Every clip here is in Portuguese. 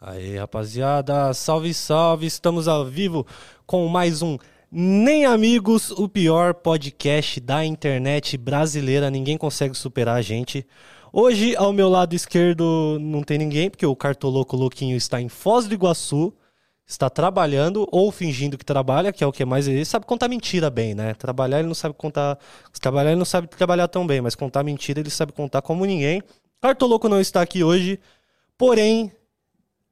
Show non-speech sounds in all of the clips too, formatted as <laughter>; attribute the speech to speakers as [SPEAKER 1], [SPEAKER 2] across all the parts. [SPEAKER 1] Aê, rapaziada, salve, salve, estamos ao vivo com mais um Nem Amigos, o pior podcast da internet brasileira, ninguém consegue superar a gente. Hoje, ao meu lado esquerdo, não tem ninguém, porque o cartoloco louquinho está em Foz do Iguaçu, está trabalhando ou fingindo que trabalha, que é o que mais ele sabe contar mentira bem, né? Trabalhar ele não sabe contar, trabalhar ele não sabe trabalhar tão bem, mas contar mentira ele sabe contar como ninguém. Cartoloco não está aqui hoje, porém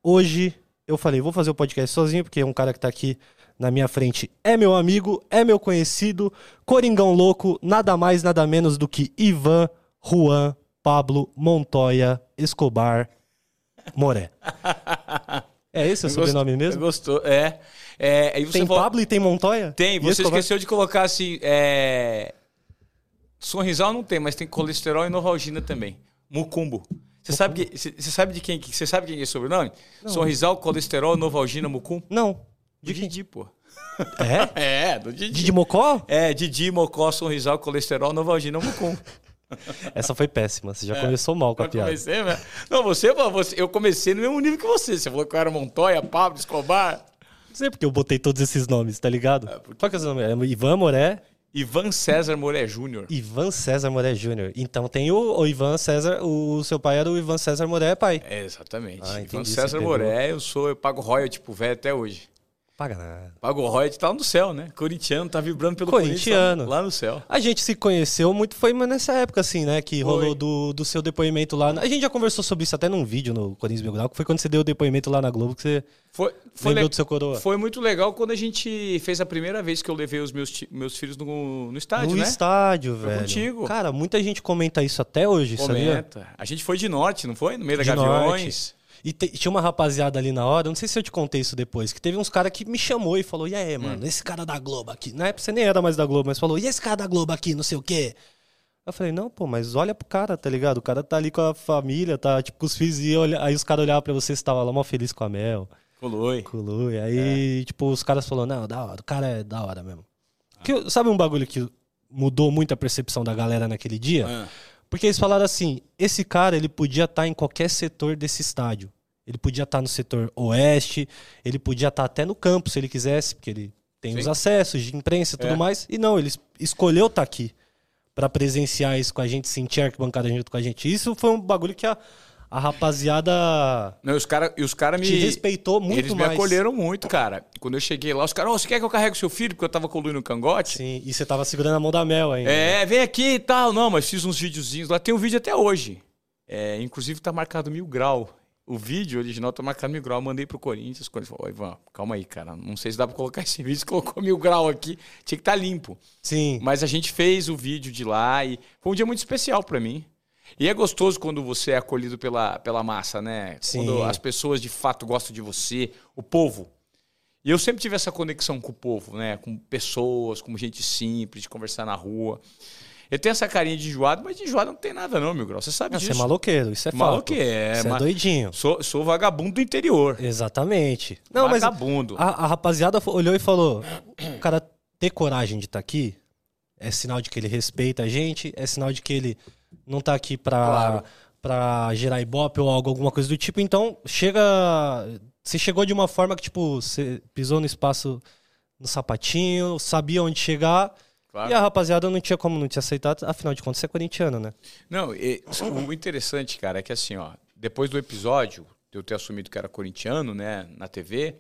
[SPEAKER 1] hoje eu falei, vou fazer o podcast sozinho, porque um cara que tá aqui na minha frente é meu amigo, é meu conhecido, Coringão Louco, nada mais, nada menos do que Ivan, Juan, Pablo, Montoya, Escobar, Moré. É esse o sobrenome mesmo?
[SPEAKER 2] Gostou, é. é aí você
[SPEAKER 1] Tem
[SPEAKER 2] falou-
[SPEAKER 1] Pablo e tem Montoya?
[SPEAKER 2] Tem,
[SPEAKER 1] E
[SPEAKER 2] você
[SPEAKER 1] Escobar?
[SPEAKER 2] esqueceu de colocar assim. É... Sorrisal não tem, mas tem colesterol e novalgina também. Mucumbo. Você sabe, que, você sabe de quem que- você sabe quem é o sobrenome? Sorrisal, colesterol, novalgina, mucumbo?
[SPEAKER 1] Não.
[SPEAKER 2] De Didi, pô.
[SPEAKER 1] É?
[SPEAKER 2] É, do Didi.
[SPEAKER 1] Didi Mocó?
[SPEAKER 2] É, Didi, mocó, sorrisal, colesterol,
[SPEAKER 1] <laughs>
[SPEAKER 2] novalgina, mucumbo.
[SPEAKER 1] Essa foi péssima,
[SPEAKER 2] É.
[SPEAKER 1] você já começou mal com a
[SPEAKER 2] Eu
[SPEAKER 1] Tá piada.
[SPEAKER 2] comecei, né? Não, você, você, eu comecei no mesmo nível que você. Você falou que eu era Montoya, Pablo, Escobar.
[SPEAKER 1] Não sei porque eu botei todos esses nomes, tá ligado?
[SPEAKER 2] porque-
[SPEAKER 1] Qual que é o seu nome? É Ivan Moré,
[SPEAKER 2] Ivan César Moré Júnior.
[SPEAKER 1] Ivan César Moré Júnior. Então tem o, o Ivan César, o seu pai era o Ivan César Moré, pai.
[SPEAKER 2] É, exatamente.
[SPEAKER 1] Ah, entendi,
[SPEAKER 2] Ivan
[SPEAKER 1] você
[SPEAKER 2] César
[SPEAKER 1] pegou.
[SPEAKER 2] Moré, eu sou, eu pago royalty pro velho até hoje.
[SPEAKER 1] Paga nada.
[SPEAKER 2] Pago royalty, tá lá no céu, né? Corintiano, tá vibrando pelo
[SPEAKER 1] Corintiano.
[SPEAKER 2] Corinthians, tá lá no céu.
[SPEAKER 1] A gente se conheceu muito, foi nessa época, assim, né? Que
[SPEAKER 2] Foi.
[SPEAKER 1] rolou do, do seu depoimento lá. na- A gente já conversou sobre isso até num vídeo no Corinthians Belgrado, que foi quando você deu o depoimento lá na Globo, que você
[SPEAKER 2] Foi, foi,
[SPEAKER 1] lembrou
[SPEAKER 2] le-
[SPEAKER 1] do seu coroa.
[SPEAKER 2] foi muito legal quando a gente fez a primeira vez que eu levei os meus, ti- meus filhos no, no estádio,
[SPEAKER 1] no
[SPEAKER 2] né?
[SPEAKER 1] estádio, velho.
[SPEAKER 2] contigo.
[SPEAKER 1] Cara, muita gente comenta isso até hoje, sabia?
[SPEAKER 2] Comenta. A gente foi de norte, não foi? No meio da
[SPEAKER 1] De
[SPEAKER 2] Gaviões.
[SPEAKER 1] E te- tinha uma rapaziada ali na hora, não sei se eu te contei isso depois, que teve uns cara que me chamou e falou: E
[SPEAKER 2] Hum.
[SPEAKER 1] aí, mano, esse cara da Globo aqui. Na época você nem era mais da Globo, mas falou: E esse cara da Globo aqui, não sei o quê. Eu falei: Não, pô, mas olha pro cara, tá ligado? O cara tá ali com a família, tá tipo com os filhos. E olha- aí os caras olhavam pra você, você tava lá mó feliz com a Mel,
[SPEAKER 2] Coloi.
[SPEAKER 1] com o Lu. E aí,
[SPEAKER 2] É.
[SPEAKER 1] tipo, os caras falaram: Não, da hora, o cara é da hora mesmo.
[SPEAKER 2] Ah.
[SPEAKER 1] Que eu- sabe um bagulho que mudou muito a percepção da galera naquele dia?
[SPEAKER 2] Ah,
[SPEAKER 1] Porque eles falaram assim: esse cara ele podia estar em qualquer setor desse estádio. Ele podia estar no setor oeste, ele podia estar até no campo se ele quisesse, porque ele tem
[SPEAKER 2] Sim.
[SPEAKER 1] os acessos de imprensa e tudo
[SPEAKER 2] É.
[SPEAKER 1] mais. E não, ele es- escolheu estar aqui para presenciar isso com a gente, sentir a arquibancada junto com a gente. Isso foi um bagulho que a, a rapaziada
[SPEAKER 2] Não, e os caras os cara me.
[SPEAKER 1] te respeitou muito
[SPEAKER 2] Eles
[SPEAKER 1] mais.
[SPEAKER 2] me acolheram muito, cara. Quando eu cheguei lá, os caras, "Ô, você quer que eu carregue seu filho? Porque eu tava com o Luiz no cangote.
[SPEAKER 1] Sim, e você tava segurando a mão da Mel ainda.
[SPEAKER 2] É, vem aqui e tal. Não, mas fiz uns videozinhos lá. Tem um vídeo até hoje. É, inclusive tá marcado mil grau. O vídeo original tá marcado mil grau. Eu mandei pro Corinthians. O Corinthians falou, "Ô, Ivan, calma aí, cara. Não sei se dá pra colocar <laughs> esse vídeo. Colocou mil grau aqui. Tinha que estar limpo.
[SPEAKER 1] Sim.
[SPEAKER 2] Mas a gente fez o vídeo de lá e foi um dia muito especial pra mim. E é gostoso quando você é acolhido pela, pela massa, né?
[SPEAKER 1] Sim.
[SPEAKER 2] Quando as pessoas de fato gostam de você, o povo. E eu sempre tive essa conexão com o povo, né? Com pessoas, com gente simples, de conversar na rua. Eu tenho essa carinha de enjoado, mas de enjoado não tem nada não, meu grau. Você sabe
[SPEAKER 1] Não,
[SPEAKER 2] disso.
[SPEAKER 1] você é maloqueiro, isso é fato.
[SPEAKER 2] Maloqueiro, é,
[SPEAKER 1] Você é
[SPEAKER 2] mas-
[SPEAKER 1] doidinho.
[SPEAKER 2] Sou, sou vagabundo do interior.
[SPEAKER 1] Exatamente. Não, mas
[SPEAKER 2] vagabundo.
[SPEAKER 1] A, a rapaziada fo- olhou e falou: o cara ter coragem de estar aqui é sinal de que ele respeita a gente, é sinal de que ele não tá aqui pra,
[SPEAKER 2] Claro.
[SPEAKER 1] pra gerar ibope ou algo, alguma coisa do tipo. Então, chega. Você chegou de uma forma que, tipo, você pisou no espaço no sapatinho, sabia onde chegar.
[SPEAKER 2] Claro.
[SPEAKER 1] E a rapaziada não tinha como não te aceitar, afinal de contas você é corintiano, né?
[SPEAKER 2] Não, e- o interessante, cara, é que assim, ó, depois do episódio, de eu ter assumido que era corintiano, né, na TV,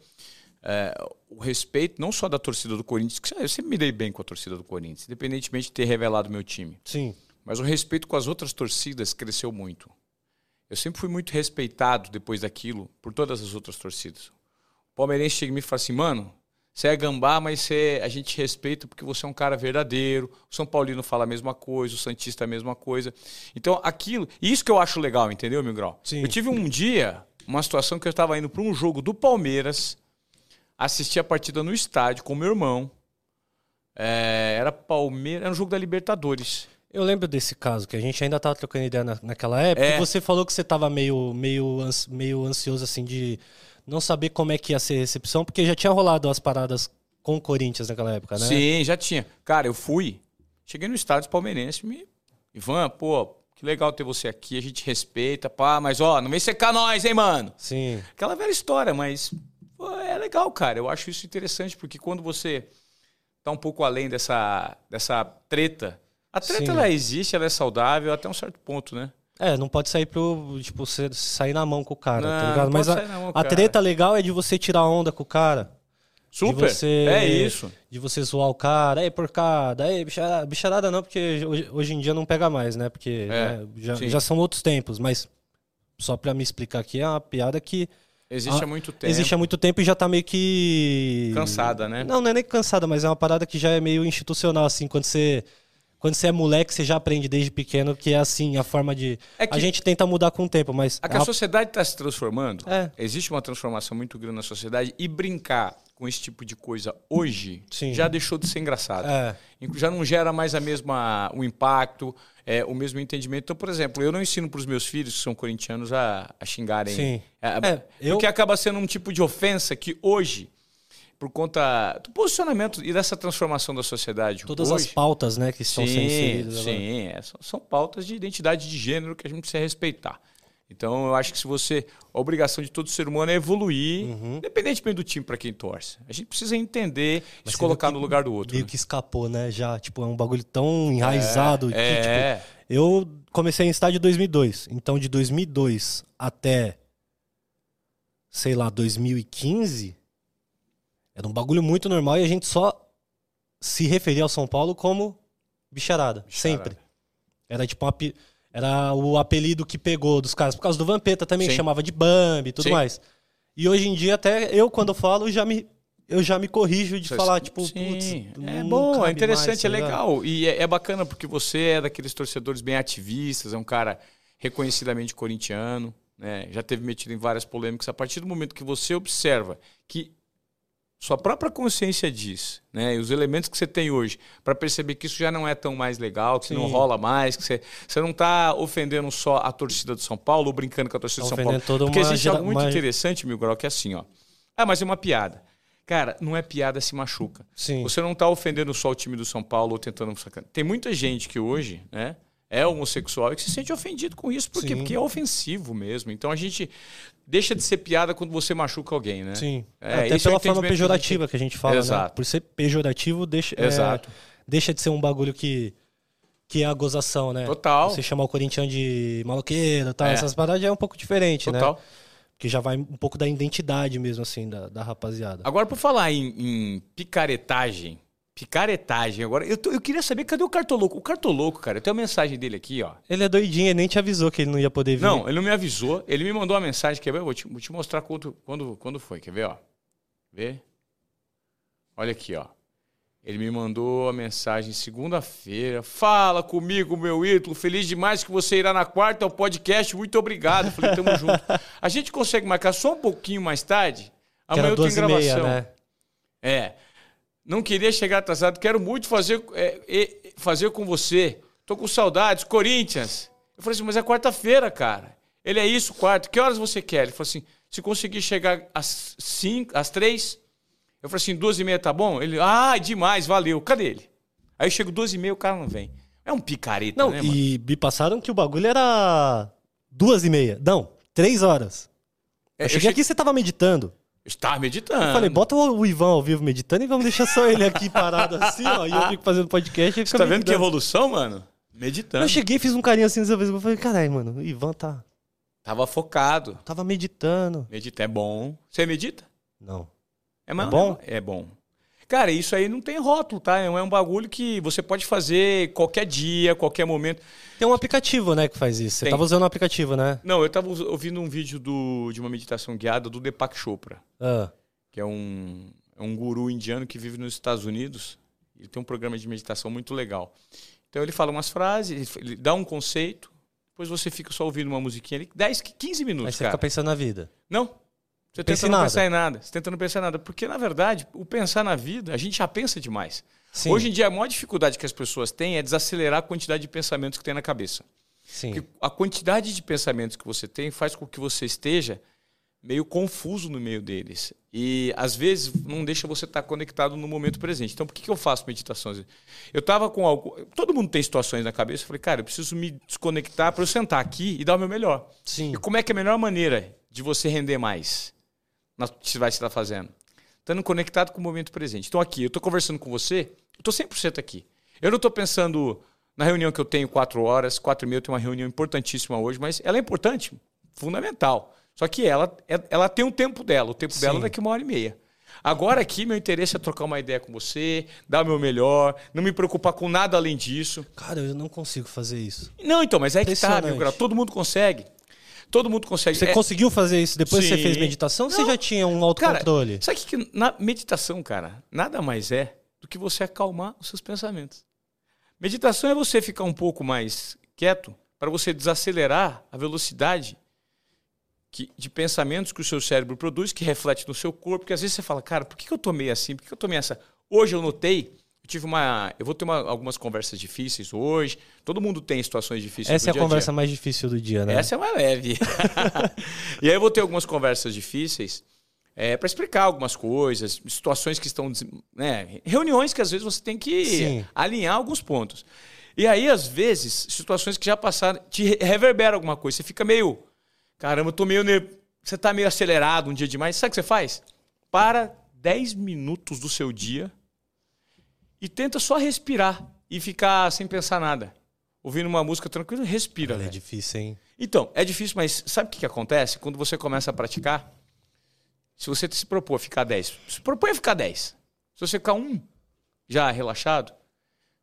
[SPEAKER 2] é, o respeito não só da torcida do Corinthians, que eu sempre me dei bem com a torcida do Corinthians, independentemente de ter revelado meu time,
[SPEAKER 1] Sim.
[SPEAKER 2] mas o respeito com as outras torcidas cresceu muito. Eu sempre fui muito respeitado depois daquilo por todas as outras torcidas. O palmeirense chega em mim e fala assim, mano, você é gambá, mas você, a gente respeita porque você é um cara verdadeiro. O São Paulino fala a mesma coisa, o Santista é a mesma coisa. Então, aquilo. E isso que eu acho legal, entendeu, meu grau?
[SPEAKER 1] Sim.
[SPEAKER 2] Eu tive um dia, uma situação que eu estava indo para um jogo do Palmeiras, assisti a partida no estádio com meu irmão. É, era Palmeiras, era um jogo da Libertadores.
[SPEAKER 1] Eu lembro desse caso, que a gente ainda tava trocando ideia na- naquela época,
[SPEAKER 2] É.
[SPEAKER 1] e você falou que você tava meio, meio, ans- meio ansioso, assim, de não saber como é que ia ser a recepção, porque já tinha rolado as paradas com o Corinthians naquela época, né?
[SPEAKER 2] Sim, já tinha. Cara, eu fui. Cheguei no estádio palmeirense, me. Ivan, pô, que legal ter você aqui, a gente respeita, pá, mas ó, não vem secar nós, hein, mano?
[SPEAKER 1] Sim.
[SPEAKER 2] Aquela velha história, mas pô, é legal, cara. Eu acho isso interessante, porque quando você tá um pouco além dessa, dessa treta, a treta
[SPEAKER 1] Sim.
[SPEAKER 2] ela existe, ela é saudável até um certo ponto, né?
[SPEAKER 1] É, não pode sair pro. Tipo, você sair na mão com o cara,
[SPEAKER 2] Não,
[SPEAKER 1] tá
[SPEAKER 2] não
[SPEAKER 1] ligado?
[SPEAKER 2] pode
[SPEAKER 1] Mas a,
[SPEAKER 2] sair na mão,
[SPEAKER 1] a
[SPEAKER 2] cara.
[SPEAKER 1] treta legal é de você tirar onda com o cara.
[SPEAKER 2] Super.
[SPEAKER 1] De você,
[SPEAKER 2] É isso.
[SPEAKER 1] De você zoar o cara, aí porcada, aí bicharada, bicharada não, porque hoje, hoje em dia não pega mais, né? Porque
[SPEAKER 2] É,
[SPEAKER 1] né, já,
[SPEAKER 2] sim.
[SPEAKER 1] já são outros tempos, mas só pra me explicar aqui, é uma piada que
[SPEAKER 2] Existe
[SPEAKER 1] Ah,
[SPEAKER 2] há muito tempo.
[SPEAKER 1] existe há muito tempo e já tá meio que.
[SPEAKER 2] Cansada, né?
[SPEAKER 1] Não, não é nem cansada, mas é uma parada que já é meio institucional, assim, quando você. Quando você é moleque, você já aprende desde pequeno que é assim, a forma de.
[SPEAKER 2] É que-
[SPEAKER 1] A gente tenta mudar com o tempo, mas.
[SPEAKER 2] A
[SPEAKER 1] é
[SPEAKER 2] que a
[SPEAKER 1] uma-
[SPEAKER 2] sociedade está se transformando,
[SPEAKER 1] É.
[SPEAKER 2] existe uma transformação muito grande na sociedade e brincar com esse tipo de coisa hoje
[SPEAKER 1] Sim.
[SPEAKER 2] já deixou de ser engraçado.
[SPEAKER 1] É.
[SPEAKER 2] Inclu- Já não gera mais a mesma, o impacto, é, o mesmo entendimento. Então, por exemplo, eu não ensino para os meus filhos, que são corintianos, a, a xingarem.
[SPEAKER 1] Sim.
[SPEAKER 2] A-
[SPEAKER 1] É, eu-
[SPEAKER 2] Porque acaba sendo um tipo de ofensa que hoje, por conta do posicionamento e dessa transformação da sociedade
[SPEAKER 1] Todas
[SPEAKER 2] hoje,
[SPEAKER 1] as pautas, né, que estão sendo
[SPEAKER 2] Sim,
[SPEAKER 1] inseridas. agora.
[SPEAKER 2] sim. é, são, são pautas de identidade de gênero que a gente precisa respeitar. Então, eu acho que se você. A obrigação de todo ser humano é evoluir, independentemente do time para quem torce. A gente precisa entender e
[SPEAKER 1] Uhum. Mas
[SPEAKER 2] se
[SPEAKER 1] você viu
[SPEAKER 2] colocar
[SPEAKER 1] que
[SPEAKER 2] no lugar do outro.
[SPEAKER 1] Meio
[SPEAKER 2] né?
[SPEAKER 1] que escapou, né? Já, tipo, é um bagulho tão enraizado. que, tipo,
[SPEAKER 2] É,
[SPEAKER 1] eu comecei em estádio em 2002. Então, de 2002 até, sei lá, 2015, era um bagulho muito normal e a gente só se referia ao São Paulo como bicharada, sempre. Era tipo uma pi- era o apelido que pegou dos caras por causa do Vampeta também,
[SPEAKER 2] Sim.
[SPEAKER 1] chamava de Bambi e tudo
[SPEAKER 2] Sim.
[SPEAKER 1] mais. E hoje em dia até eu quando falo já me eu já me corrijo de
[SPEAKER 2] Só
[SPEAKER 1] falar
[SPEAKER 2] isso- é
[SPEAKER 1] tipo,
[SPEAKER 2] Sim,
[SPEAKER 1] putz,
[SPEAKER 2] é
[SPEAKER 1] não
[SPEAKER 2] bom,
[SPEAKER 1] cabe
[SPEAKER 2] é interessante,
[SPEAKER 1] mais,
[SPEAKER 2] é
[SPEAKER 1] tá ligado?
[SPEAKER 2] legal. E é, é bacana porque você é daqueles torcedores bem ativistas, é um cara reconhecidamente corintiano, né? já teve metido em várias polêmicas. A partir do momento que você observa que sua própria consciência diz, né? E os elementos que você tem hoje, para perceber que isso já não é tão mais legal, que não
[SPEAKER 1] Sim.
[SPEAKER 2] rola mais, que você, você não está ofendendo só a torcida do São Paulo ou brincando com a torcida
[SPEAKER 1] Tá
[SPEAKER 2] do São Paulo.
[SPEAKER 1] ofendendo toda
[SPEAKER 2] Porque
[SPEAKER 1] uma
[SPEAKER 2] existe
[SPEAKER 1] gera-
[SPEAKER 2] algo muito
[SPEAKER 1] uma-
[SPEAKER 2] interessante, Mil Grau, que é assim, ó. Ah, mas é uma piada. Cara, não é piada, se machuca.
[SPEAKER 1] Sim.
[SPEAKER 2] Você não está ofendendo só o time do São Paulo ou tentando sacanear. Tem muita gente que hoje né, é homossexual e que se sente ofendido com isso. Por quê?
[SPEAKER 1] Sim.
[SPEAKER 2] Porque é ofensivo mesmo. Então a gente deixa de ser piada quando você machuca alguém, né?
[SPEAKER 1] Sim.
[SPEAKER 2] É,
[SPEAKER 1] Até
[SPEAKER 2] isso
[SPEAKER 1] pela
[SPEAKER 2] é o
[SPEAKER 1] forma
[SPEAKER 2] entendimento
[SPEAKER 1] pejorativa que a gente fala, né?
[SPEAKER 2] Exato.
[SPEAKER 1] Por ser pejorativo, deixa, é,
[SPEAKER 2] Exato.
[SPEAKER 1] deixa de ser um bagulho que, que é a gozação, né?
[SPEAKER 2] Total.
[SPEAKER 1] Você chamar o corintiano de maloqueiro tal,
[SPEAKER 2] É.
[SPEAKER 1] essas paradas já é um pouco diferente, né?
[SPEAKER 2] Total.
[SPEAKER 1] Que já vai um pouco da identidade mesmo, assim, da, da rapaziada.
[SPEAKER 2] Agora, por falar em, em picaretagem, picaretagem agora, eu, tô- eu queria saber cadê o Cartoloco? O Cartoloco, cara, eu tenho a mensagem dele aqui, ó.
[SPEAKER 1] Ele é doidinho, ele nem te avisou que ele não ia poder vir.
[SPEAKER 2] Não, ele não me avisou. Ele me mandou uma mensagem. Quer ver? Eu vou te, vou te mostrar quando, quando, quando foi. Quer ver? Ó. Vê? Olha aqui, ó. Ele me mandou a mensagem segunda-feira. Fala comigo, meu ídolo. Feliz demais que você irá na quarta ao podcast. Muito obrigado. Eu Falei,
[SPEAKER 1] <laughs>
[SPEAKER 2] tamo junto. A gente consegue marcar só um pouquinho mais tarde?
[SPEAKER 1] que
[SPEAKER 2] Amanhã
[SPEAKER 1] era
[SPEAKER 2] eu tenho
[SPEAKER 1] duas e meia,
[SPEAKER 2] gravação.
[SPEAKER 1] né?
[SPEAKER 2] É. Não queria chegar atrasado. Quero muito fazer, é, é, fazer com você. Tô com saudades. Corinthians. Eu falei assim, mas é quarta-feira, cara. Ele é isso, quarto. Que horas você quer? Ele falou assim, se conseguir chegar às cinco, às três. Eu falei assim, duas e meia tá bom? Ele, ah, demais, valeu. Cadê ele? Aí eu chego duas e meia, o cara não vem. É um picareta,
[SPEAKER 1] Não,
[SPEAKER 2] né, mano?
[SPEAKER 1] e me passaram que o bagulho era duas e meia. Não, três horas.
[SPEAKER 2] É,
[SPEAKER 1] eu cheguei aqui e você tava meditando.
[SPEAKER 2] Estava tá meditando.
[SPEAKER 1] Eu Falei, bota o o Ivan ao vivo meditando e vamos deixar só ele aqui parado assim, ó. E eu fico fazendo podcast e ele
[SPEAKER 2] Você
[SPEAKER 1] fica
[SPEAKER 2] tá vendo que
[SPEAKER 1] meditando.
[SPEAKER 2] evolução, mano? Meditando.
[SPEAKER 1] Eu cheguei, fiz um carinho assim dessa vez. Eu falei, caralho, mano, o Ivan tá,
[SPEAKER 2] Tava focado.
[SPEAKER 1] tava meditando.
[SPEAKER 2] Medita é bom. Você medita?
[SPEAKER 1] Não.
[SPEAKER 2] É, mas
[SPEAKER 1] É bom?
[SPEAKER 2] bom? É bom. Cara, isso aí não tem rótulo, tá? É um, é um bagulho que você pode fazer qualquer dia, qualquer momento.
[SPEAKER 1] Tem um aplicativo, né, que faz isso. Você
[SPEAKER 2] Tem.
[SPEAKER 1] tava usando um aplicativo, né?
[SPEAKER 2] Não, eu tava us- ouvindo um vídeo do- de uma meditação guiada do Deepak Chopra,
[SPEAKER 1] Ah,
[SPEAKER 2] que é um, é um guru indiano que vive nos Estados Unidos. Ele tem um programa de meditação muito legal. Então ele fala umas frases, ele f- ele dá um conceito, depois você fica só ouvindo uma musiquinha ali, 10, 15
[SPEAKER 1] aí
[SPEAKER 2] minutos,
[SPEAKER 1] você
[SPEAKER 2] cara.
[SPEAKER 1] fica pensando na vida.
[SPEAKER 2] Não. Você
[SPEAKER 1] Pensa
[SPEAKER 2] tenta
[SPEAKER 1] em
[SPEAKER 2] não
[SPEAKER 1] nada.
[SPEAKER 2] pensar em nada. Você tenta não pensar em nada. Porque, na verdade, o pensar na vida, a gente já pensa demais.
[SPEAKER 1] Sim,
[SPEAKER 2] Hoje em dia, a maior dificuldade que as pessoas têm é desacelerar a quantidade de pensamentos que tem na cabeça.
[SPEAKER 1] sim.
[SPEAKER 2] Porque a quantidade de pensamentos que você tem faz com que você esteja meio confuso no meio deles. E às vezes não deixa você estar conectado no momento presente. Então, por que, que eu faço meditações? Eu estava com algo. Todo mundo tem situações na cabeça. Eu falei, cara, eu preciso me desconectar para eu sentar aqui e dar o meu melhor.
[SPEAKER 1] Sim.
[SPEAKER 2] E como é que é a melhor maneira de você render mais? Na, que vai estar fazendo? Estando conectado com o momento presente. Então, aqui, eu estou conversando com você, eu estou 100% aqui. Eu não estou pensando na reunião que eu tenho, quatro horas, quatro e meia, eu tenho uma reunião importantíssima hoje, mas ela é importante, fundamental. Só que ela, ela tem um tempo dela, o tempo dela
[SPEAKER 1] Sim.
[SPEAKER 2] é daqui uma hora e meia. Agora aqui, meu interesse é trocar uma ideia com você, dar o meu melhor, não me preocupar com nada além disso.
[SPEAKER 1] Cara, eu não consigo fazer isso.
[SPEAKER 2] Não, então, mas é que tá, meu
[SPEAKER 1] Impressionante.
[SPEAKER 2] grau. Todo mundo consegue. Todo mundo consegue.
[SPEAKER 1] Você
[SPEAKER 2] É-
[SPEAKER 1] conseguiu fazer isso depois que você
[SPEAKER 2] Sim.
[SPEAKER 1] fez meditação? ou Você
[SPEAKER 2] Não.
[SPEAKER 1] já tinha um
[SPEAKER 2] Cara,
[SPEAKER 1] autocontrole?
[SPEAKER 2] sabe o que, que na meditação, cara, nada mais é do que você acalmar os seus pensamentos. Meditação é você ficar um pouco mais quieto para você desacelerar a velocidade que- de pensamentos que o seu cérebro produz, que reflete no seu corpo, porque às vezes você fala, cara, por que, que eu tomei assim? Por que, que eu tomei essa? Hoje eu notei, eu tive uma. Eu vou ter uma- algumas conversas difíceis hoje. Todo mundo tem situações difíceis.
[SPEAKER 1] Essa é
[SPEAKER 2] no
[SPEAKER 1] a
[SPEAKER 2] dia dia.
[SPEAKER 1] conversa mais difícil do dia, né?
[SPEAKER 2] Essa é mais
[SPEAKER 1] <laughs>
[SPEAKER 2] leve. e aí eu vou ter algumas conversas difíceis para explicar algumas coisas, situações que estão. des- Né, reuniões que às vezes você tem que
[SPEAKER 1] Sim.
[SPEAKER 2] alinhar alguns pontos. E aí, às vezes, situações que já passaram te re- reverbera alguma coisa. Você fica meio. Caramba, eu tô meio. ner- Você tá meio acelerado um dia demais. Sabe o que você faz? Para 10 minutos do seu dia e tenta só respirar e ficar sem pensar nada. Ouvindo uma música tranquila, respira.
[SPEAKER 1] Olha, é
[SPEAKER 2] velho.
[SPEAKER 1] difícil, hein?
[SPEAKER 2] Então, é difícil, mas sabe o que, que acontece? Quando você começa a praticar, se você se propor a ficar 10, se propõe a ficar 10. Se você ficar um já relaxado,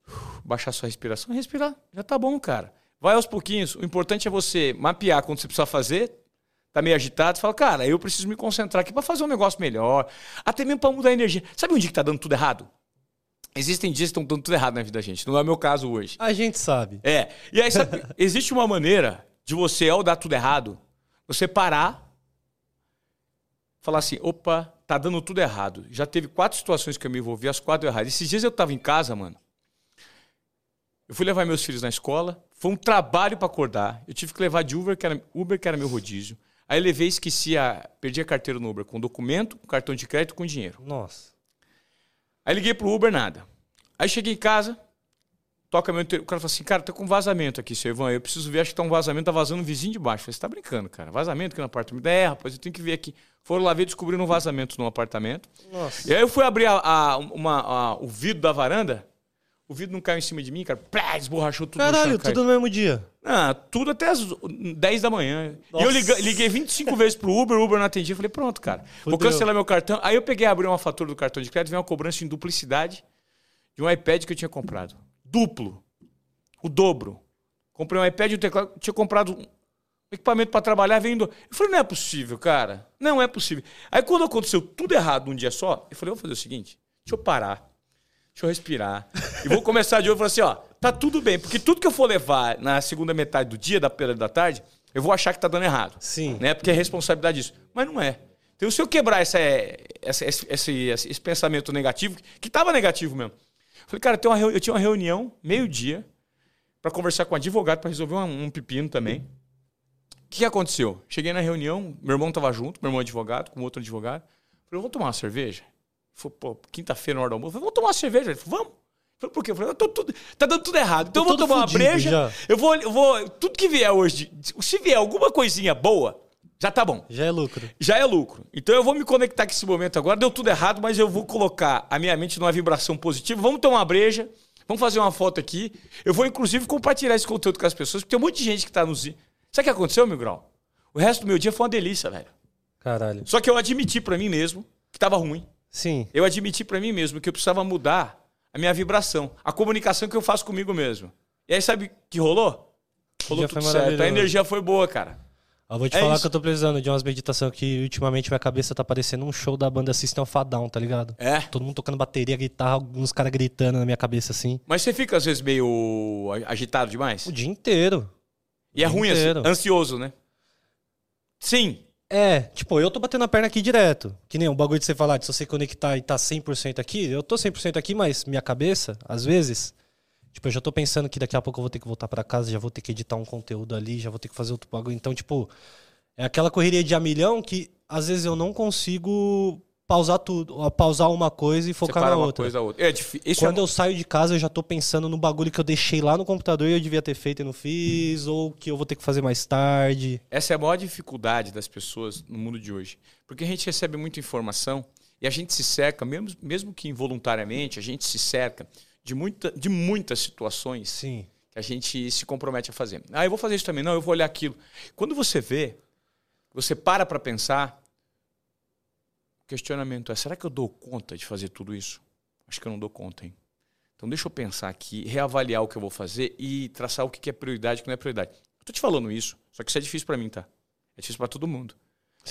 [SPEAKER 2] uf, baixar sua respiração, respirar, já tá bom, cara. Vai aos pouquinhos. O importante é você mapear quando você precisa fazer. Tá meio agitado, você fala, cara, eu preciso me concentrar aqui para fazer um negócio melhor. Até mesmo para mudar a energia. Sabe um dia que tá dando tudo errado? Existem dias que estão dando tudo errado na vida da gente. Não é o meu caso hoje.
[SPEAKER 1] A gente sabe.
[SPEAKER 2] É. E aí, sabe, existe uma maneira de você, ao dar tudo errado, você parar, falar assim: opa, tá dando tudo errado. Já teve quatro situações que eu me envolvi, as quatro erradas. Esses dias eu tava em casa, mano. Eu fui levar meus filhos na escola, foi um trabalho para acordar. Eu tive que levar de Uber, que era, Uber, que era meu rodízio. Aí levei, esqueci a. Perdi a carteira no Uber com documento, com cartão de crédito, com dinheiro.
[SPEAKER 1] Nossa.
[SPEAKER 2] Aí liguei pro Uber, nada. Aí cheguei em casa, toca meu inter... O cara falou assim, cara, tá com vazamento aqui, seu Ivan. Eu preciso ver, acho que tá um vazamento, tá vazando o vizinho de baixo. Eu falei, você tá brincando, cara. Vazamento aqui no apartamento. É, rapaz, eu tenho que ver aqui. Foram lá ver, descobriram um vazamento no apartamento.
[SPEAKER 1] Nossa.
[SPEAKER 2] E aí eu fui abrir a- a- uma- a- o vidro da varanda, o vidro não caiu em cima de mim, cara. Plá, esborrachou tudo no
[SPEAKER 1] Caralho,
[SPEAKER 2] chão, caiu.
[SPEAKER 1] tudo no mesmo dia.
[SPEAKER 2] Ah, tudo até as 10 da manhã. E eu liga-
[SPEAKER 1] Nossa.
[SPEAKER 2] liguei 25 vezes pro Uber, o Uber não atendia. Falei, pronto, cara. Vou
[SPEAKER 1] Fudeu.
[SPEAKER 2] cancelar meu cartão. Aí eu peguei, abri uma fatura do cartão de crédito, veio uma cobrança em duplicidade de um iPad que eu tinha comprado. Duplo. O dobro. Comprei um iPad e um teclado. Tinha comprado um equipamento para trabalhar, veio em do... Eu falei, não é possível, cara. Não é possível. Aí quando aconteceu tudo errado num dia só, eu falei, eu vou fazer o seguinte: deixa eu parar. Deixa eu respirar. E vou começar de novo e falar assim, ó, tá tudo bem, porque tudo que eu for levar na segunda metade do dia, da pela da tarde, eu vou achar que tá dando errado.
[SPEAKER 1] Sim.
[SPEAKER 2] Né? Porque é responsabilidade disso. Mas não é. Então, se eu quebrar essa, essa- esse, esse- esse- esse pensamento negativo, que tava negativo mesmo. Eu Falei, cara, eu, tenho uma reu- eu tinha uma reunião, meio-dia, para conversar com um advogado para resolver um, um pepino também. O que, que aconteceu? Cheguei na reunião, meu irmão tava junto, meu irmão é advogado, com outro advogado. Falei, vamos tomar uma cerveja? Falei, pô, quinta-feira na hora do almoço. Falei, vamos tomar uma cerveja? Ele falou, vamos. Falei, por quê? Eu Falei, eu tô tudo- tá dando tudo errado. Então eu
[SPEAKER 1] Tô
[SPEAKER 2] vou
[SPEAKER 1] todo
[SPEAKER 2] tomar uma
[SPEAKER 1] fudido
[SPEAKER 2] breja.
[SPEAKER 1] já.
[SPEAKER 2] Eu vou, eu vou. Tudo que vier hoje, de- se vier alguma coisinha boa, já tá bom.
[SPEAKER 1] Já é lucro.
[SPEAKER 2] Já é lucro. Então eu vou me conectar com esse momento agora. Deu tudo errado, mas eu vou colocar a minha mente numa vibração positiva. Vamos tomar uma breja. Vamos fazer uma foto aqui. Eu vou, inclusive, compartilhar esse conteúdo com as pessoas, porque tem um monte de gente que tá nos. Sabe o que aconteceu, meu grau? O resto do meu dia foi uma delícia, velho.
[SPEAKER 1] Caralho.
[SPEAKER 2] Só que eu admiti pra mim mesmo que tava ruim.
[SPEAKER 1] Sim.
[SPEAKER 2] Eu admiti pra mim mesmo que eu precisava mudar a minha vibração, a comunicação que eu faço comigo mesmo. E aí sabe o que rolou? Rolou
[SPEAKER 1] Já
[SPEAKER 2] tudo
[SPEAKER 1] foi
[SPEAKER 2] certo. A
[SPEAKER 1] maravilhoso.
[SPEAKER 2] energia foi boa, cara.
[SPEAKER 1] Eu vou te
[SPEAKER 2] É
[SPEAKER 1] falar
[SPEAKER 2] isso.
[SPEAKER 1] que eu tô precisando de umas meditações que ultimamente minha cabeça tá parecendo um show da banda System of a Down, tá ligado?
[SPEAKER 2] É.
[SPEAKER 1] Todo mundo tocando bateria, guitarra, alguns caras gritando na minha cabeça assim.
[SPEAKER 2] Mas você fica às vezes meio a- agitado demais.
[SPEAKER 1] O dia inteiro.
[SPEAKER 2] E é ruim assim,
[SPEAKER 1] inteiro.
[SPEAKER 2] ansioso, né? Sim.
[SPEAKER 1] É, tipo, eu tô batendo a perna aqui direto. Que nem o bagulho de você falar de se você conectar e tá 100% aqui. Eu tô 100% aqui, mas minha cabeça, às vezes, tipo, eu já tô pensando que daqui a pouco eu vou ter que voltar pra casa, já vou ter que editar um conteúdo ali, já vou ter que fazer outro bagulho. Então, tipo, é aquela correria de a milhão que às vezes eu não consigo pausar tudo, pausar uma coisa e focar
[SPEAKER 2] Separa
[SPEAKER 1] na
[SPEAKER 2] uma
[SPEAKER 1] outra.
[SPEAKER 2] coisa da outra. É difí- isso é
[SPEAKER 1] Quando eu saio de casa, eu já tô pensando no bagulho que eu deixei lá no computador e eu devia ter feito e não fiz, ou que eu vou ter que fazer mais tarde.
[SPEAKER 2] Essa é a maior dificuldade das pessoas no mundo de hoje. Porque a gente recebe muita informação e a gente se cerca, mesmo, mesmo que involuntariamente, a gente se cerca de, muita, de muitas situações
[SPEAKER 1] Sim.
[SPEAKER 2] que a gente se compromete a fazer. Ah, eu vou fazer isso também. Não, eu vou olhar aquilo. Quando você vê, você para para pensar, o questionamento é, será que eu dou conta de fazer tudo isso? Acho que eu não dou conta, hein? Então deixa eu pensar aqui, reavaliar o que eu vou fazer e traçar o que que é prioridade e o que não é prioridade. Eu tô te falando isso, só que isso é difícil para mim, tá? É difícil para todo mundo.